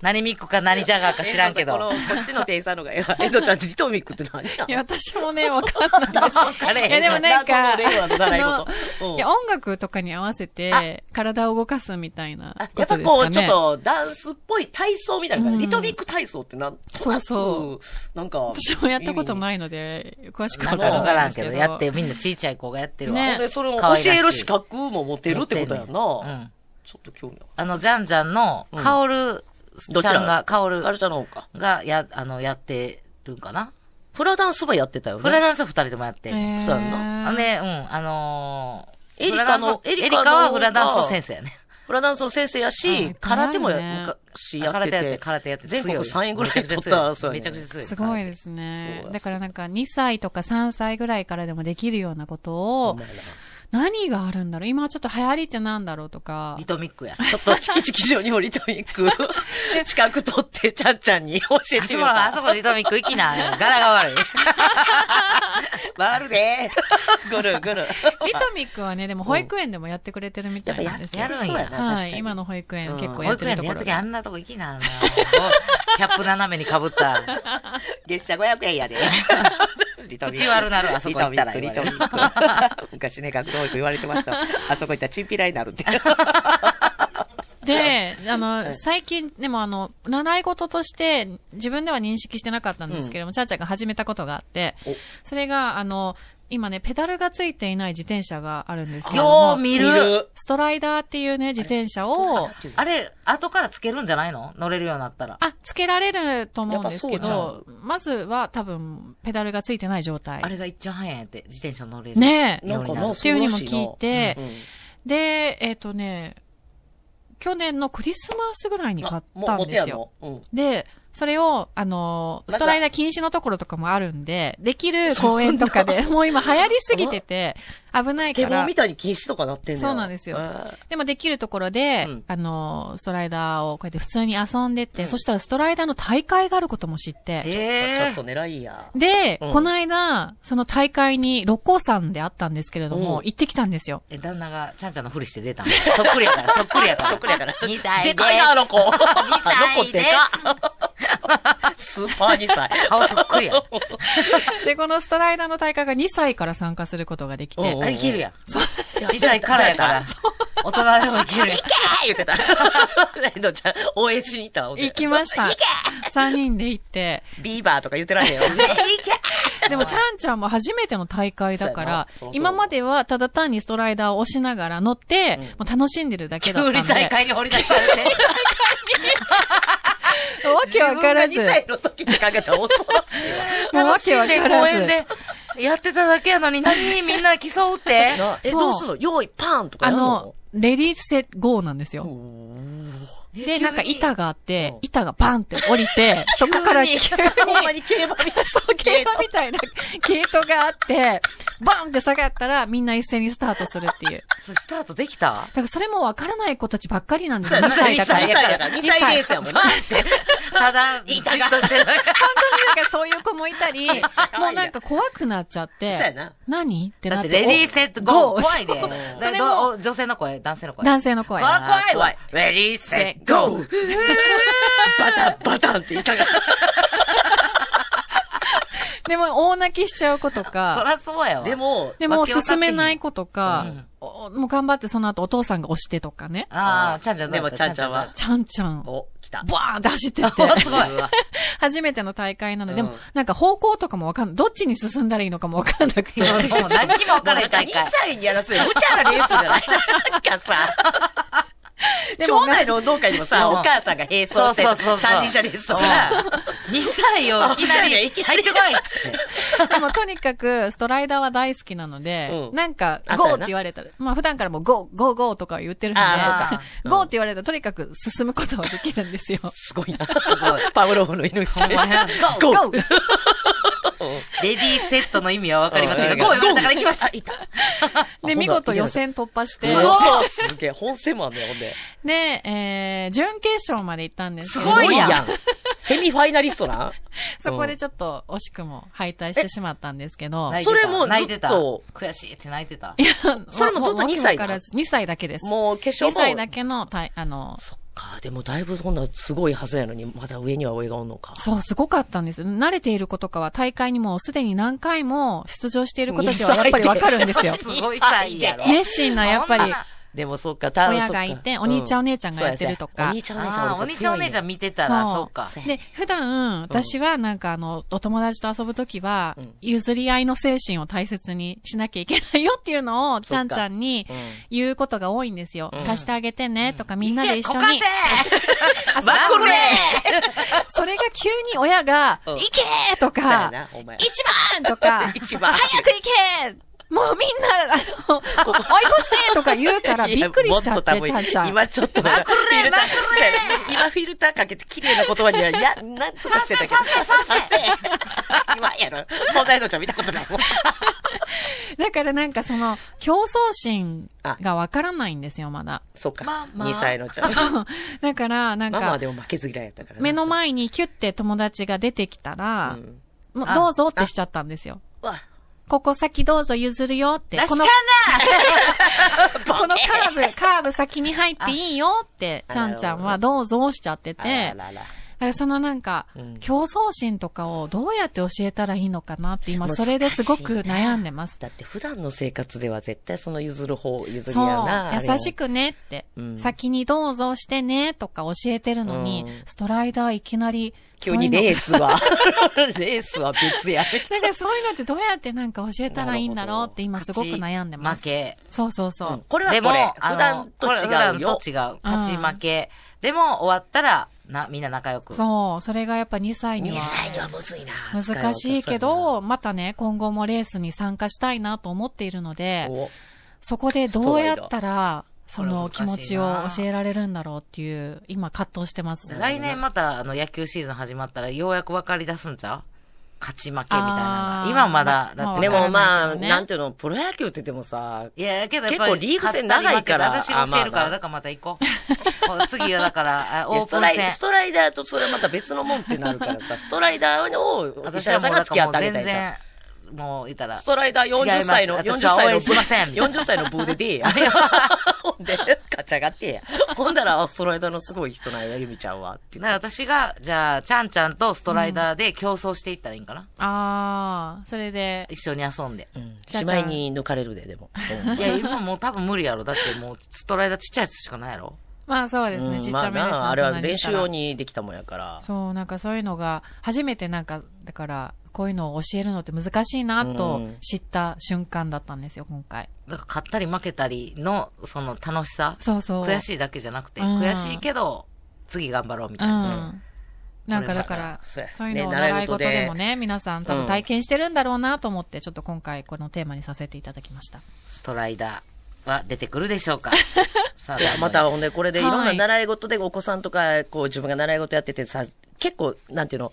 何ミックか何ジャガーか知らんけど。この こっちの店員さんのがええわ。エドちゃん、リトミックって何やいや、私もね、わかんない です。あれいや、でもなんか、謎のあ令和の習い事うの、んいや、音楽とかに合わせて、体を動かすみたい なあやこっぱとですこかう、ちょっね。と、ダンスっぽい体操みたいな感じ、うんリトミック体操ってなん。そうそうなんか。私もやったことい。ないので、詳しくなはんかわからんけいど、ですやってみんなちいちゃい子がやってるわ。ねで、それを可愛らしい教える資格も持てるってことやんな。うちん。ょっと興味ああの、ジャンジャンの、うんカオルどちちらゃんが、カオルる。あれじゃのか。が、や、あの、やってるんかな。フラダンスもやってたよね。フラダンスは二人ともやってる。えーそうやんなあね、うん、あのー、エリカのフラダンスエリカのエリカはフラダンスの先生やね。フラダンスの先生やし、うん空手もや、いっぱいあるね昔やっ空て手やっててる、。空手やってる。全国強3位ぐらい取ったそうやねめちゃくちゃ強い。。すごいですすねそう。だだからなんか2歳とか3歳ぐらいからでもできるようなことほをんま、やな何があるんだろう今ちょっと流行りってなんだろうとかリ。トミックや。ちょ っと、チキチキ上にもリトミック、資格取って、ちゃんちゃんに教えあてそみこ、ようあか。そこリトミック行きな。柄が悪い。回るでー。ぐるぐる。リトミックはね、でも保育園でもやってくれてるみたいなんですよ。やっぱやるんやはい。今の保育園結構保やっ育てる園でとこやるろときがあんなとこ行きな。あのーキャップ斜めに被 った。月謝500円や で。口悪なるあそこ行ったらリ言わトれミるック、リトミック。昔ね、学童保育言われてました。 あそこ行ったらチンピラになるって。で、あの、最近、でもあの、習い事として、自分では認識してなかったんですけれども、ちゃんちゃんが始めたことがあってお、それが、あの、今ね、ペダルがついていない自転車があるんですけれどようも、見る。。ストライダーっていうね、自転車を、あれ、後からつけるんじゃないの乗れるようになったら。あ、つけられると思うんですけやっぱそど、まずは多分、ペダルがついてない状態あ。れが一番早いんやって、自転車乗れる。。ねえ。なんかな、っていうにも聞いて、うん。で、えっ、とね、去年のクリスマスぐらいに買あっもたう、持んてでやんすよ。の。うん。で、それを、あのー、まずはストライダー禁止のところとかもあるんで、できる公園とかで、もう今流行りすぎてて、危なスいケかボーらみ、たいに禁止とかなってんねやそうなんですよえーでもできるところで、うんあのー、ストライダーをこうやって普通に遊んでって、そしたらストライダーの大会があることも知って、ちょっええと狙いや。で、うんこの間、その大会に六甲山であったんですけれども、うん行ってきたんですよ。え、旦那がちゃんちゃんのふりして出たの。そっくりやから、そっくりやから。そっくりやから2歳でです。かいな、あの子。 2あの歳子で。ですか。スーパー2歳。 顔そっくりや。で、このストライダーの大会が2歳から参加することができて、うんあ、いけるやん。や2歳からやから。大人でも いけるやん。言ってた。エドちゃん、応援しに行ったほんで行きました。3人で行って、ビーバーとか言ってられへん よ。でも、ちゃんちゃんも初めての大会だかそらうやなそらそう、今まではただ単にストライダーを押しながら乗って、もう楽しんでるだけだっ急たんで。に大会に掘り出されて。わけわからず。自分が2歳の時って考えたら恐ろ しいわ。もうわ楽しけわんでから公ず園。でやってただけやのに何みんな競うって。なえ、そうどうすんの用意パーンとかあやんのの、レディーセゴーなんですよ。で、なんか板があって、板がバンって降りて、そこから急に、そう、ほんまに競馬みたいゲートみたいなゲートがあって、バンって下がったらみんな一斉にスタートするっていう。それスタートできただからそれもわからない子たちばっかりなんですよ。そう2やな歳だから。二2歳だから、2歳歳レースやもんな。 ただ、じっとしてる。なんかそういう子もいたり、もうなんか怖くなっちゃっそうやて、な。何ってなだっってて。レディーセットゴー。ゴ怖いで。それもも、女性の声、男性の声。男性の声。あ怖い怖い。レディーセットゴゴーーバタン、バタンって言ったから。でも、大泣きしちゃう子とそか、らそうやわ。で、も、でも、進めない子とかうん、おもう頑張ってその後お父さんが押してとかね、ああ、ちゃんちゃんどうでやもったちゃんちゃんは。ちゃんちゃん、バお、来た。ーンって走ってっおて、すごい。初めての大会なので、でうもん、なんか方向とかもわかんない。どっちに進んだらいいのかもわかんなく て。そうもう何にもだ分かかららへん2大会。歳にやらせる無茶なレースじゃないなんかさ、でも町内の運動会にもさ、うんお母さんが並走してそうそうそうそう三輪車レースをさ、 2歳をいきなり、入いっきてなこいりっつって。 でもとにかく、ストライダーは大好きなので、うんなんか、あそうやゴーってな言われたら、まあ普段からもゴー、ゴーゴーとか言ってるので、あーそうかゴーって言われたらとにかく進むことはできる んですよ。すごいな。ごいパブロフの犬みたいほんまやな。ゴゴーーレディーセットの意味は分かりませんが、うんゴー言われたから行きます。で、見事予選突破してす、ごいすげえ、本戦もあんねほんで。で、えー、準決勝まで行ったんですけすどごいやんん。セミファイナリストなそこでちょっと惜しくも敗退してしままったんですけど、泣いてたそれもずっと泣いてた。悔しいって泣いてた。それもずっと2歳な2歳だけで す。もう決2勝歳もだ。けの大、あの、そっか、でもだいぶそんなすごいはずやのに、まだ上には上がおんのか。そう、すごかったんですよ。慣れている子とかは大会にもうすでに何回も出場している子たちはやっぱりわかるんで すよ。すごい歳やろ。熱心な、やっぱそんりな。なでもそっか、た親がいてお兄ちゃんお姉ちゃんがやってるとかお兄ちゃんお姉ちゃんあーお兄ちゃんお姉ちゃん見てたら、そうそうか。で、普段、私はなんかあの、お友達と遊ぶときはうん、譲り合いの精神を大切にしなきゃいけないよっていうのを、ちそっゃかんちゃんにうん言うことが多いんですよ。うん貸してあげてねとか、みんなで一緒いにけ。あバッコルレ それが急に親が、うん行けーとそうやか、な、お前。、一番とか 一番早く行けもうみんな、あの、追い越してとか言うからびっくりしちゃって、いやもっと多分ちゃんちゃん。今ちょっと、マクレマクレ今フィルターかけて綺麗な言葉には、いや、なんとかしてたけど。させさせ今やろ。そんなのちゃん見たことないもん。だからなんかその、競争心がわからないんですよ、まだ。そっか。まあまあ2歳のちゃん。だから、なんママはか、でも負けず嫌いやったからな。目の前にキュッて友達が出てきたらう、ん。もうあどうぞってしちゃったんですよ。うわ、ここ先どうぞ譲るよってら、しこかのな、このカ ーブ、カーブ先に入っていいよって、あちゃんちゃんはどうぞしちゃってあて、ららら。だからそのなんか、うん競争心とかをどうやって教えたらいいのかなって今、難しいそれですごく悩んでます。だって普段の生活では絶対その譲る方、譲りそう合うな。、優しく。くねって、うん先にどうぞしてねとか教えてるのに、うんストライダーいきなり、急にレースス。は、 レースは別や。みただいかならそういうのってどうやってなんか教えたらいいんだろうって今すごく悩んでま負す。け。そうそうそう。これはでも、これ、あ普の段とこれ普違段うよと。違う。勝ち負け。でも、終わったら、な、みんな仲良く。そう、それがやっぱ2歳に2は。歳にはむずいな。難しいけど、またね、今後もレースに参加したいなと思っているので、おそこでどうやったら、そのこ気れ持難しいちなを教えられるんだろうっていう、今葛藤してます。来年また、あの、野球シーズン始まったら、ようやく分かり出すんちゃう勝ち負けみたいなのあが。ー今まだ、まだっあて。でもまわかあ、らないけどねなんていうの、プロ野球って言ってもさ、いや、けどやっぱ結り構リーグ戦長いから勝ったり負けた私が教えるから、あまあだからまた行こう。 こう次はだから、あいやオーストプンライ戦。ストライダーとそれはまた別のもんってなるからさ、ストライダーを石私原はさんもうがだ付かき合っらもてあうげた全いから。然、もう言ったらス。トライダー40歳の、違い40ます私は応歳の援しませ んブ、40歳のブーで でや。ほんで、ガチャがってや。ほんだら、あストライダーのすごい人なんや、ゆみちゃんは。ってだ言かっらて私が、じゃあ、ちゃんちゃんとストライダーで競争していったらいいんかな、ああ、それで、一緒に遊んで。うんじゃしあまいに抜かれるで、でも。うんいや、今もう多分無理やろ。だってもう、ストライダーちっちゃいやつしかないやろ。まあそうですうね、んちっちゃめですね、まあなあれは大人練した習ら用。にできたもんやから。そう、なんかそういうのが、初めてなんか、だから、こういうのを教えるのって難しいなうとん知った瞬間だったんですよ、今回。だから、勝ったり負けたりの、その楽しさ。そうそう。悔い。しいだけじゃなくて、うん悔しいけど、次頑張ろうみうたいな。ん。なんかだから、そうやそういうのをね習い事でもね、皆さん多う分ん体験してるんだろうなと思って、ちょっと今回このテーマにさせていただきました。ストライダーは出てくるでしょうかさあいや、またほんで、これでいろんはない習い事でお子さんとか、こう自分が習い事やっててさ、結構、なんていうの、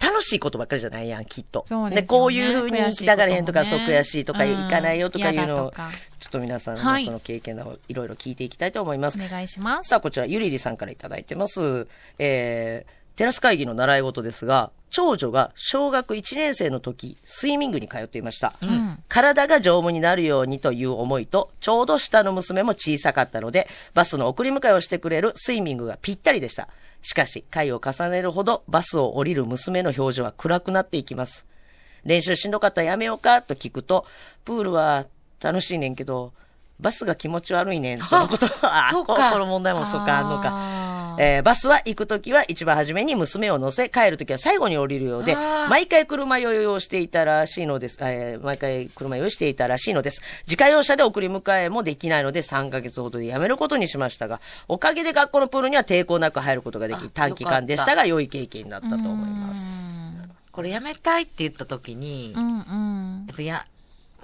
楽しいことばっかりじゃないやん、きっと。そうですよねこういうふうに行きたがれへんとか、悔しいそこうともね悔しいとか、うん行かないよとかいう嫌だのを、とちょかっと皆さんはのいその経験談をいろいろ聞いていきたいと思います。お願いします。さあ、こちら、ゆりりさんからいただいてます。えー、テラス会議の習い事ですが、長女が小学1年生の時、スイミングに通っていました。ん体が丈夫になるようにという思いと、ちょうど下の娘も小さかったので、バスの送り迎えをしてくれるスイミングがぴったりでした。しかし、回を重ねるほど、バスを降りる娘の表情は暗くなっていきます。練習しんどかったらやめようかと聞くと、プールは楽しいねんけど、バスが気持ち悪いねん、とのこと。 あそうかここの問題もそうか、あんのあか。ーえーバスは行くときは一番初めに娘を乗せ、帰るときは最後に降りるようであー、毎回車酔いをしていたらしいのです。えー毎回車酔いしていたらしいのです。自家用車で送り迎えもできないので3ヶ月ほどで辞めることにしましたが、おかげで学校のプールには抵抗なく入ることがであき、短期間でしたが良い経験だったと思います。これやめたいって言った時に、うやんうん。っぱや、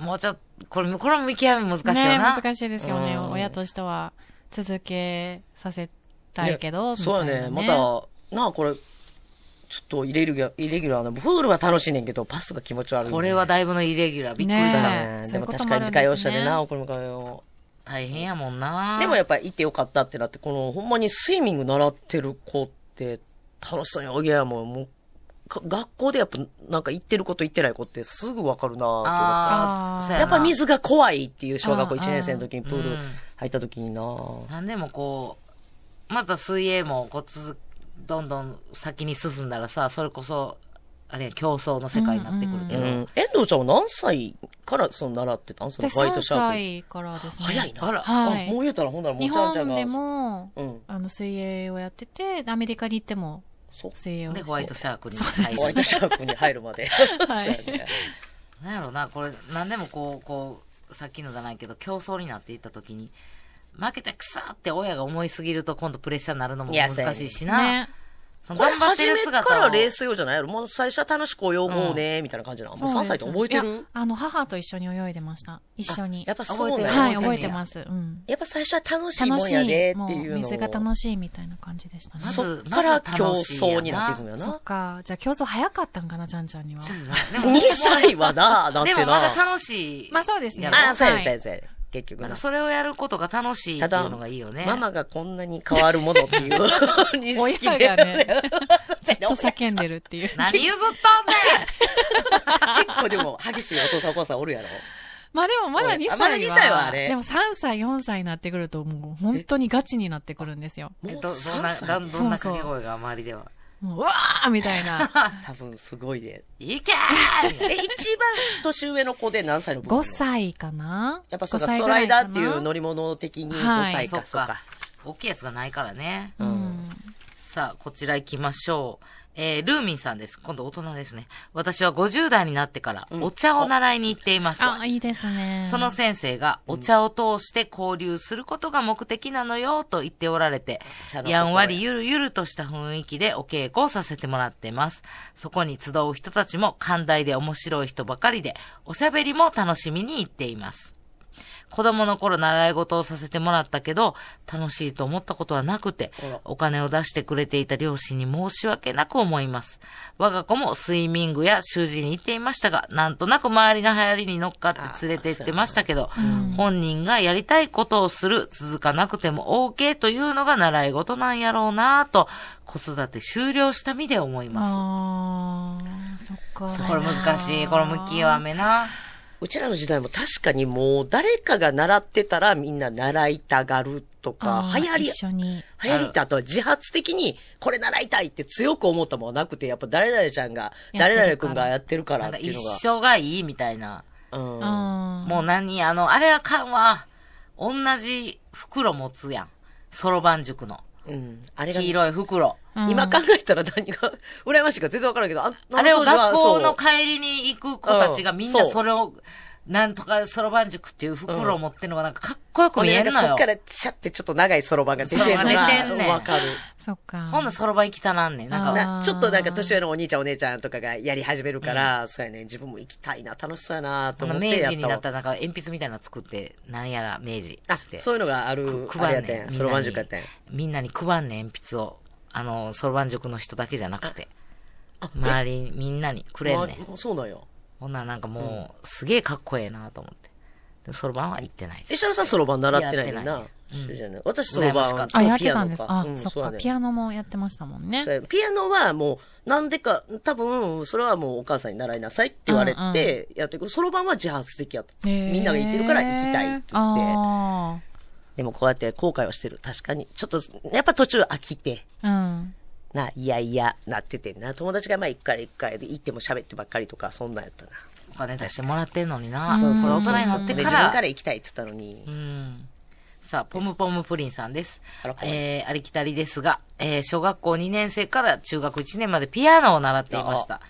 もうちょっと、これ、これも見極め難しいよねな。難しいですよね。うん親としては、続けさせたいけど、ねそうみたいやね。なまた、なあ、これ、ちょっとイレギュラー、イレギュラーな、プールは楽しいねんけど、パスが気持ち悪い、ね。これはだいぶのイレギュラー。びっくりしだた。ねえね。そでういもうこと確もあかるにんです自ね家用車でな、送り迎えを。大変やもんな。でもやっぱり行ってよかったってなって、この、ほんまにスイミング習ってる子って、楽しそうに泳げやもん。もうか学校でやっぱ、なんか行ってる子と行ってない子ってすぐわかるなと思った。ああーあ、ーやっぱ水水が怖いっていう小学校うん1年生の時にプーうルん入った時にななんでもこう、また水泳もこう続、どんどん先に進んだらさ、それこそ、あれや競争の世界になってくるけうど。ん。遠藤ちゃんは何歳からその習ってたんそので、ホワイト3シャー歳からですク。ね。早いな。あらはいあもう言うたらほんならもう日ちゃん本ちゃんが。でも、うん。あの、水泳をやってて、アメリカに行ってもそう。水泳をしで、て。ホワイトシャークに入ホワイる。トシャークに入るまで。 はいそうやねなんやろな、これ、なんでもこう、こう、さっきのじゃないけど、競争になっていった時に、負けてくさって親が思いすぎると今度プレッシャーになるのもいやそうや難ねしいしな。ね。そのこれ頑張っ初てるめ姿を。からレース用じゃないやろもう最初は楽しく泳ごうね、みたいな感じなの。もうそう3です歳って覚えていやるあの、母と一緒に泳いでました。一緒に。やっぱそうなんやはい、覚覚ええてんねやてます。うん。やっぱ最初は楽しいも楽んしやでい。っていうのもを。水が楽しいみたいな感じでしたね。そそまっずからまず競楽しいやな争になっていくんやそなっ。か。じゃあ競争早かったんかな、ちゃんちゃんにはち。ょっとなでも2歳はな、だってでな。もまだ楽しい。まあそうですねやろまああ、そうやはね、いそうやねそうやね結局なんなか。それをやることが楽しいっていたうだ、のがいいよね。ママがこんなに変わるものっていう 認識で。親が ねずっと叫んでるっていう。何譲ったんねん結構でも激しいお父さんお母さんおるやろ。まあでもまだ2歳は。まだ2歳はあれでも3歳、4歳になってくるともう本当にガチになってくるんですよ。えもうど、どん3な、歳どんどんなそう掛そうけ声が周りでは。もう、うわーみた いな。多分すごいで。いけーえ、一番年上の子で何歳の子5歳かなやっぱそうか、 5歳ストぐラらイかダなーっていう乗り物的に5はい歳か、そっそうかか。。大きいやつがないからね。うん。さあ、こちら行きましょう。えー、ルーミンさんです。今度大人ですね。私は50代になってから、うんお茶を習いに行っています。あ、いいですね。その先生が、お茶を通して交流することが目的なのよ、と言っておられてお茶の、ことやんわりゆるゆるとした雰囲気でお稽古をさせてもらってます。そこに集う人たちも、寛大で面白い人ばかりで、おしゃべりも楽しみに行っています。子供の頃習い事をさせてもらったけど、楽しいと思ったことはなくてあら、お金を出してくれていた両親に申し訳なく思います。我が子もスイミングや習字に行っていましたが、なんとなく周りの流行りに乗っかって連れて行ってましたけど、本人がやりたいことをする、続かなくても OK というのが習い事なんやろうなぁと、子育て終了した身で思いまあー、そっす。か。これ難しい。これ向きはめな。うちらの時代も確かにもう誰かが習ってたらみんな習いたがるとかあ、ー流行り、一緒に。流行りってあとは自発的にこれ習いたいって強く思ったもんはなくて、やっぱ誰々ちゃんが、やってるから誰々くんがやってるかならんっかてい一うのが。生がいいみたいな。うんあーもう何あの、あれあかんわ。同じ袋持つやん。そろばん塾の。うん。あれが、黄色い袋。うん今考えたら何が、羨ましいか全然わからんけど、ああれを学校、あの当時はのそう帰りに行く子たちがうんみんなそうそれを、なんとかそろばん塾っていう袋を持ってるのがなんかかっこよくほん見でなえんかるそのよっか。らシャってちょっと長いそろばんが出てるのそろばん出てんねが、んわかる。そっか。ほんのそろばん行きたなんねん。なんか、なちょっとなんか年上のお兄ちゃんお姉ちゃんとかがやり始めるから、そうやね、自分も行きたいな、楽しそうやな、とこ思のってや明った治になったわらなんか鉛筆みたいなの作って、なんやら明治あして。、そういうのがある、くあれやっ配たんんねやん。そろばん塾やったんや。みんなにみんなに配んねん、鉛筆を。あの、そろばん塾の人だけじゃなくて。周りみんなにくれんねん。まあそうなんよ。ほんならなんかもう、すげえかっこええなと思って。でも、そろばんは行ってないで石す。原さんそろばん習ってないねんやなって。そうじゃない私そろば羨ましかっんたあ、やってたんです。ピアノあう、んそっうやか。ねピアノもやってましたもんねそ。うピアノはもう、なんでか、多分、それはもうお母さんに習いなさいって言われて、やってくる。そろばんは自発的やった。へーみんなが行ってるから行きたいって言って。あでもこうやって後悔はしてる。確かに。ちょっと、やっぱ途中飽きて、あ。うん。な、いやいや、なっててんな。友達がまあ一回一回で行っても喋ってばっかりとか、そんなんやったな。お金出してもらってんのにな。そうそうこれ大人になっで、自てか。分からら行きたいって言ったのにう。ん。さあ、ポムポムプリンさんですあら。かわいいえー、ありきたりですが、えー、小学校2年生から中学1年までピアノを習っていました。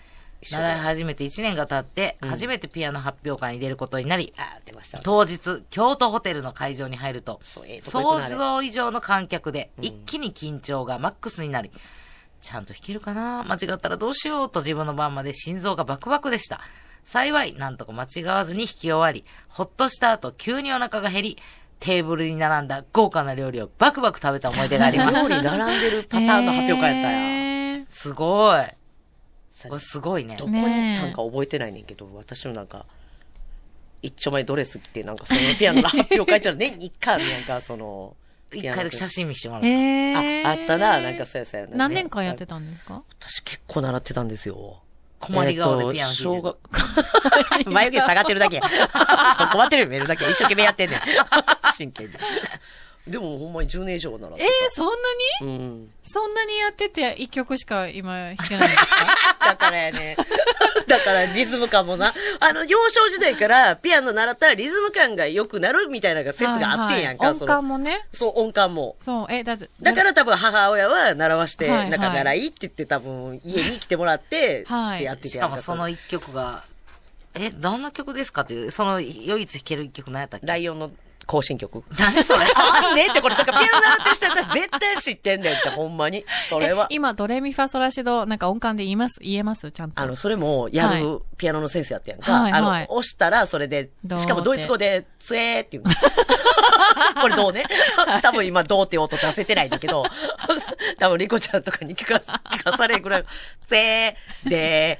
一緒だ習い始めて1年が経って、ん初めてピアノ発表会に出ることになり、あー、出ました。当日、京都ホテルの会場に入ると、そうええとこ行く想なあれ像以上の観客で、一気に緊張がマックスになり、ちゃんと弾けるかな間違ったらどうしようと自分の番まで心臓がバクバクでした。幸い、なんとか間違わずに弾き終わり、ほっとした後、急にお腹が減り、テーブルに並んだ豪華な料理をバクバク食べた思い出がありま料 す。理並んでるパターンの発表会やったんや。や。えすごい。さこれすごいねど。こに行ったんか覚えてないねんけど、私のなんか、一丁前ドレス着て、なんかそのピアノの発表会って いうの年に一回あるやんか、その、一回だけ写真。真見してもらーう。えーあ、あったな、なんかそうやそうや、ね。何年間やってたんですか私結構習ってたんですよ。困り顔でピアえっノ弾いてると小学眉毛下がってるだけや。 そう困ってるよ、見えるだけや。一生懸命やってんねん。真剣に。でもほんまに10年以上なら。えー、そんなにうん。そんなにやってて一曲しか今弾けないんですかだからやね。だからリズム感もな。あの、幼少時代からピアノ習ったらリズム感が良くなるみたいなのが 説があってんやんか。はいはいその音感もね。そう、音感も。そう、え、だって。だから多分母親は習わして、はいはいなんか習いって言って多分家に来てもらって、はいってやっててしやかんもその一曲が、え、どんな曲ですかっていう、その唯一弾ける一曲何やったっけライオンの更新曲。何それあんねんってこれ、だからピアノ習ってる人私絶対知ってんねんって、ほんまに。それはえ。今、ドレミファソラシド、なんか音感で言います言えますちゃんと。あの、それも、やはる、ピアノの先生やってやんか。はいはあいの、押したら、それで、どうってしかもドイツ語で、つえーって言うの。これどうね多分今、どうって音出せてないんだけど、多分リコちゃんとかに聞かさ聞かされるぐらい、つえー、で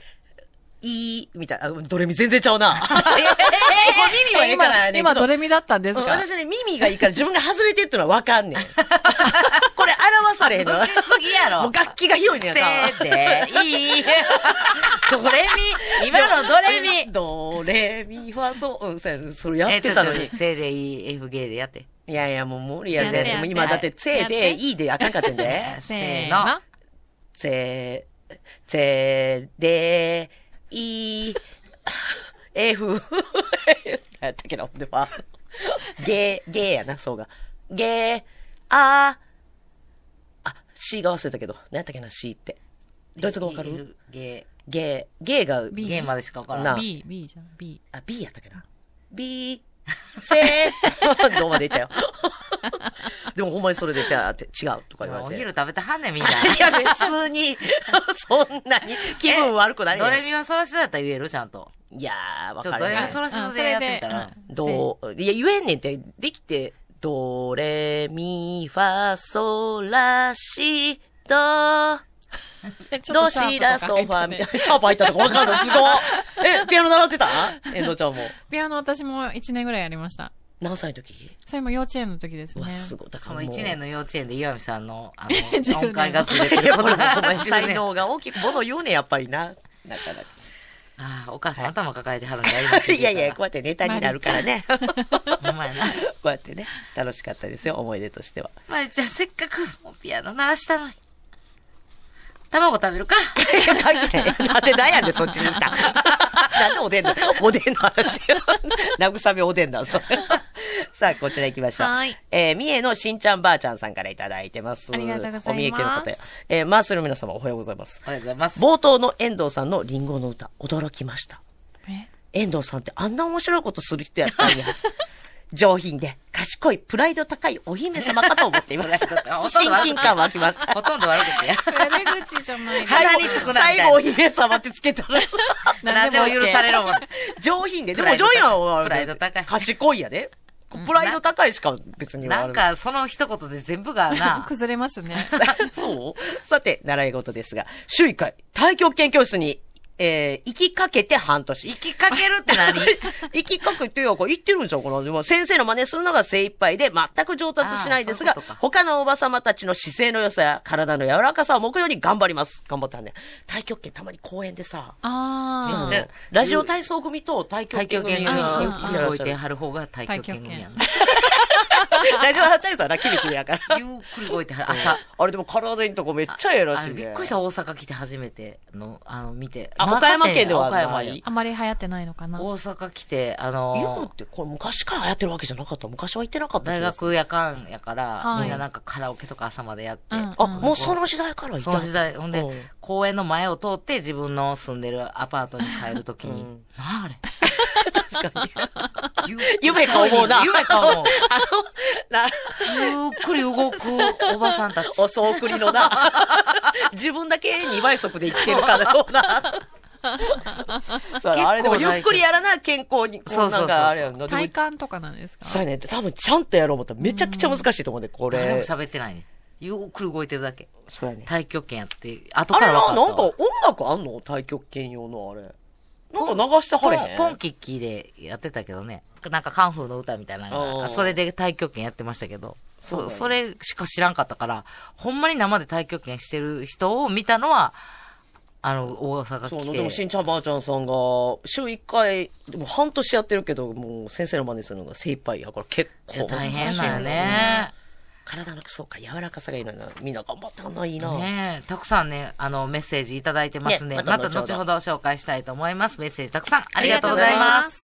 ー、いー、みたいな、あドレミ全然ちゃうな。え耳はええからやね今、んけど今ドレミだったんですうんか私ね、耳がいいから自分が外れてるってのはわかんねん。これ表されへんの。外しすぎやろもう楽器が広いねんやせーで、いい。ドレミ、今のドレミ。ドレミファソ、うん、そうやそれやえ、っちてょっとたのに。せーで、いい、F、G でやって。いやいや、もう無理ややってで。やってもう今だって、せーやで、っていいであかんかってんで。せーの。。せー、せーで、いー、F、やったけど、でも、あのゲー、ゲーやな、そうが。ゲー、あー、あ、C が忘れたけど、何やったっけな、C って。ドイツ語わかる F、G、ゲー、ゲーが、 B ゲーまでしかわからなない。 B、B じゃん、B。あ、B やったっけな。B、せ ー、どうまでいったよ。 でもほんまにそれで、ピャーって、違うとか言われおて。昼食べてはんね ん、みんな。いや、別に、そんなに気分悪くなりドへんレミはソラシドだったら言えるちゃんと。いやー、わちょっかとるドレなミいソ。ラシドでやってみたら。どう、いや、言えんねんって、できて、ドレミファソラシド、ドシラソファミ、シャープ入ったとかわかんない、すごい。え、ピアノ習ってた 遠藤ちゃんも。ピアノ私も1年ぐらいやりました。何歳の時それも幼稚園の時ですうねわ、。すごい。だかそらものう1年の幼稚園で岩見さんの、あ 10の、音階がずれているや、こごとめんがごめん、 才あ能が大きく、もの言うね、やっぱりな。なかなか。 あー、お母さん頭抱えてはるんだ、今聞てた ら。いやいや、こうやってネタになるからね。ほんまやな。こうやってね、楽しかったですよ、思い出としては。まりちゃん、せっかくピアノ鳴らしたのに。卵食べるか関係ない。なんでなんやねん、そっちにいた。 なんでおでんの、おでんの話。慰めおでんだ、そ れ。さあ、こちら行きましょう。はいえー三重のしんちゃんばあちゃんさんからいただいてます。ありがとうございますお三重県の方や。えーマースの皆様、おはようございます。おはようございます。冒頭の遠藤さんのリンゴの歌、驚きました。え遠藤さんってあんな面白いことする人やったん や。上品で、賢い、プライド高いお姫様かと思っていましたほ。とんど親悪口近感湧きました。ほとんど悪口や。タメ口じゃないです。鼻につくなみたいな最後、お姫様ってつけたら。何でも許されるもん。 上品で。でプもライ上ド高い品は、プライド高い賢いやで。プライド高いしか別になんか、その一言で全部がな、 崩れます ね。悪い そう さて、習い事ですが、週1回、太極拳教室に、えー、行きかけて半年生。きかけるって何 行きかけてよ、これ行ってるんちゃうかなでも先生の真似するのが精一杯で、全く上達しないですが、あーそういうことか他のおば様たちの姿勢の良さや体の柔らかさを目標に頑張ります。頑張ったね。太極拳たまに公園でさ、あじゃあラジオ体操組と太極拳太極組拳ががうんようんく動いてはる方が太極拳組やな。 ラジオ反対さな、キビキビや から。ゆっくり動いてはる、朝。あれでも体いいとこめっちゃええらしいあね。びっくりした、大阪来て初めての、あの、見て。あなかったんや岡山県ではない岡山であまり流行ってないのかな。大阪来て、あユーのっ、てこれ昔から流行ってるわけじゃなかった。昔は行ってなかった。大。学夜間やから、はいみんななんかカラオケとか朝までやって、うんあ、もうその時代からいた。その時代、ほんでうん、公園の前を通って自分の住んでるアパートに帰るときに、うんなああれ。確かに。ゆっくり夢か思うな夢か思う。あの、な、ゆっくり動くおばさんたち。お送りの な、自分だけ2倍速で生きてるかのような。そうあれでもゆっくりやらな、健康に、こそううそなんうそうそうかあれやんな。でも体感とかなんですかそうやね。多分ちゃんとやろう思ったらめちゃくちゃ難しいと思うね、こ誰もれ。喋ってないね。ゆっくり動いてるだけ。そうやね。太極拳やって、後あかれら分かな、ったなんかわ。音楽あんの太極拳用のあれ。なんか流してはれへん。ポン、ポンキッキーでやってたけどね。なんかカンフーの歌みたいなのあーが、それで太極拳やってましたけど。そうだよそ、ねそれしか知らんかったから、ほんまに生で太極拳してる人を見たのは、あの、大阪そう来な、て。でもしんちゃんばあちゃんさんが、週一回、でも半年やってるけど、もう先生の真似するのが精一杯やから結いや構。大変だよ難しいね。体の、そうか、柔らかさがいいのにな。みんな頑張ったのいいな。ねえたくさんね、あの、メッセージいただいてますね。ねままたた後ほ後どほど紹介したいと思います。メッセージたくさんありがとうございます。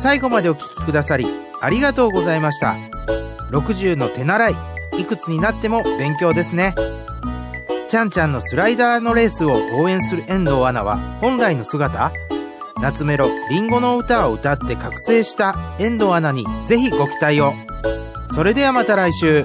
最後までお聞きくださりありがとうございました60の手習いいくつになっても勉強ですねちゃんちゃんのスライダーのレースを応援する遠藤アナは本来の姿夏メロ「リンゴの歌」を歌って覚醒した遠藤アナにぜひご期待をそれではまた来週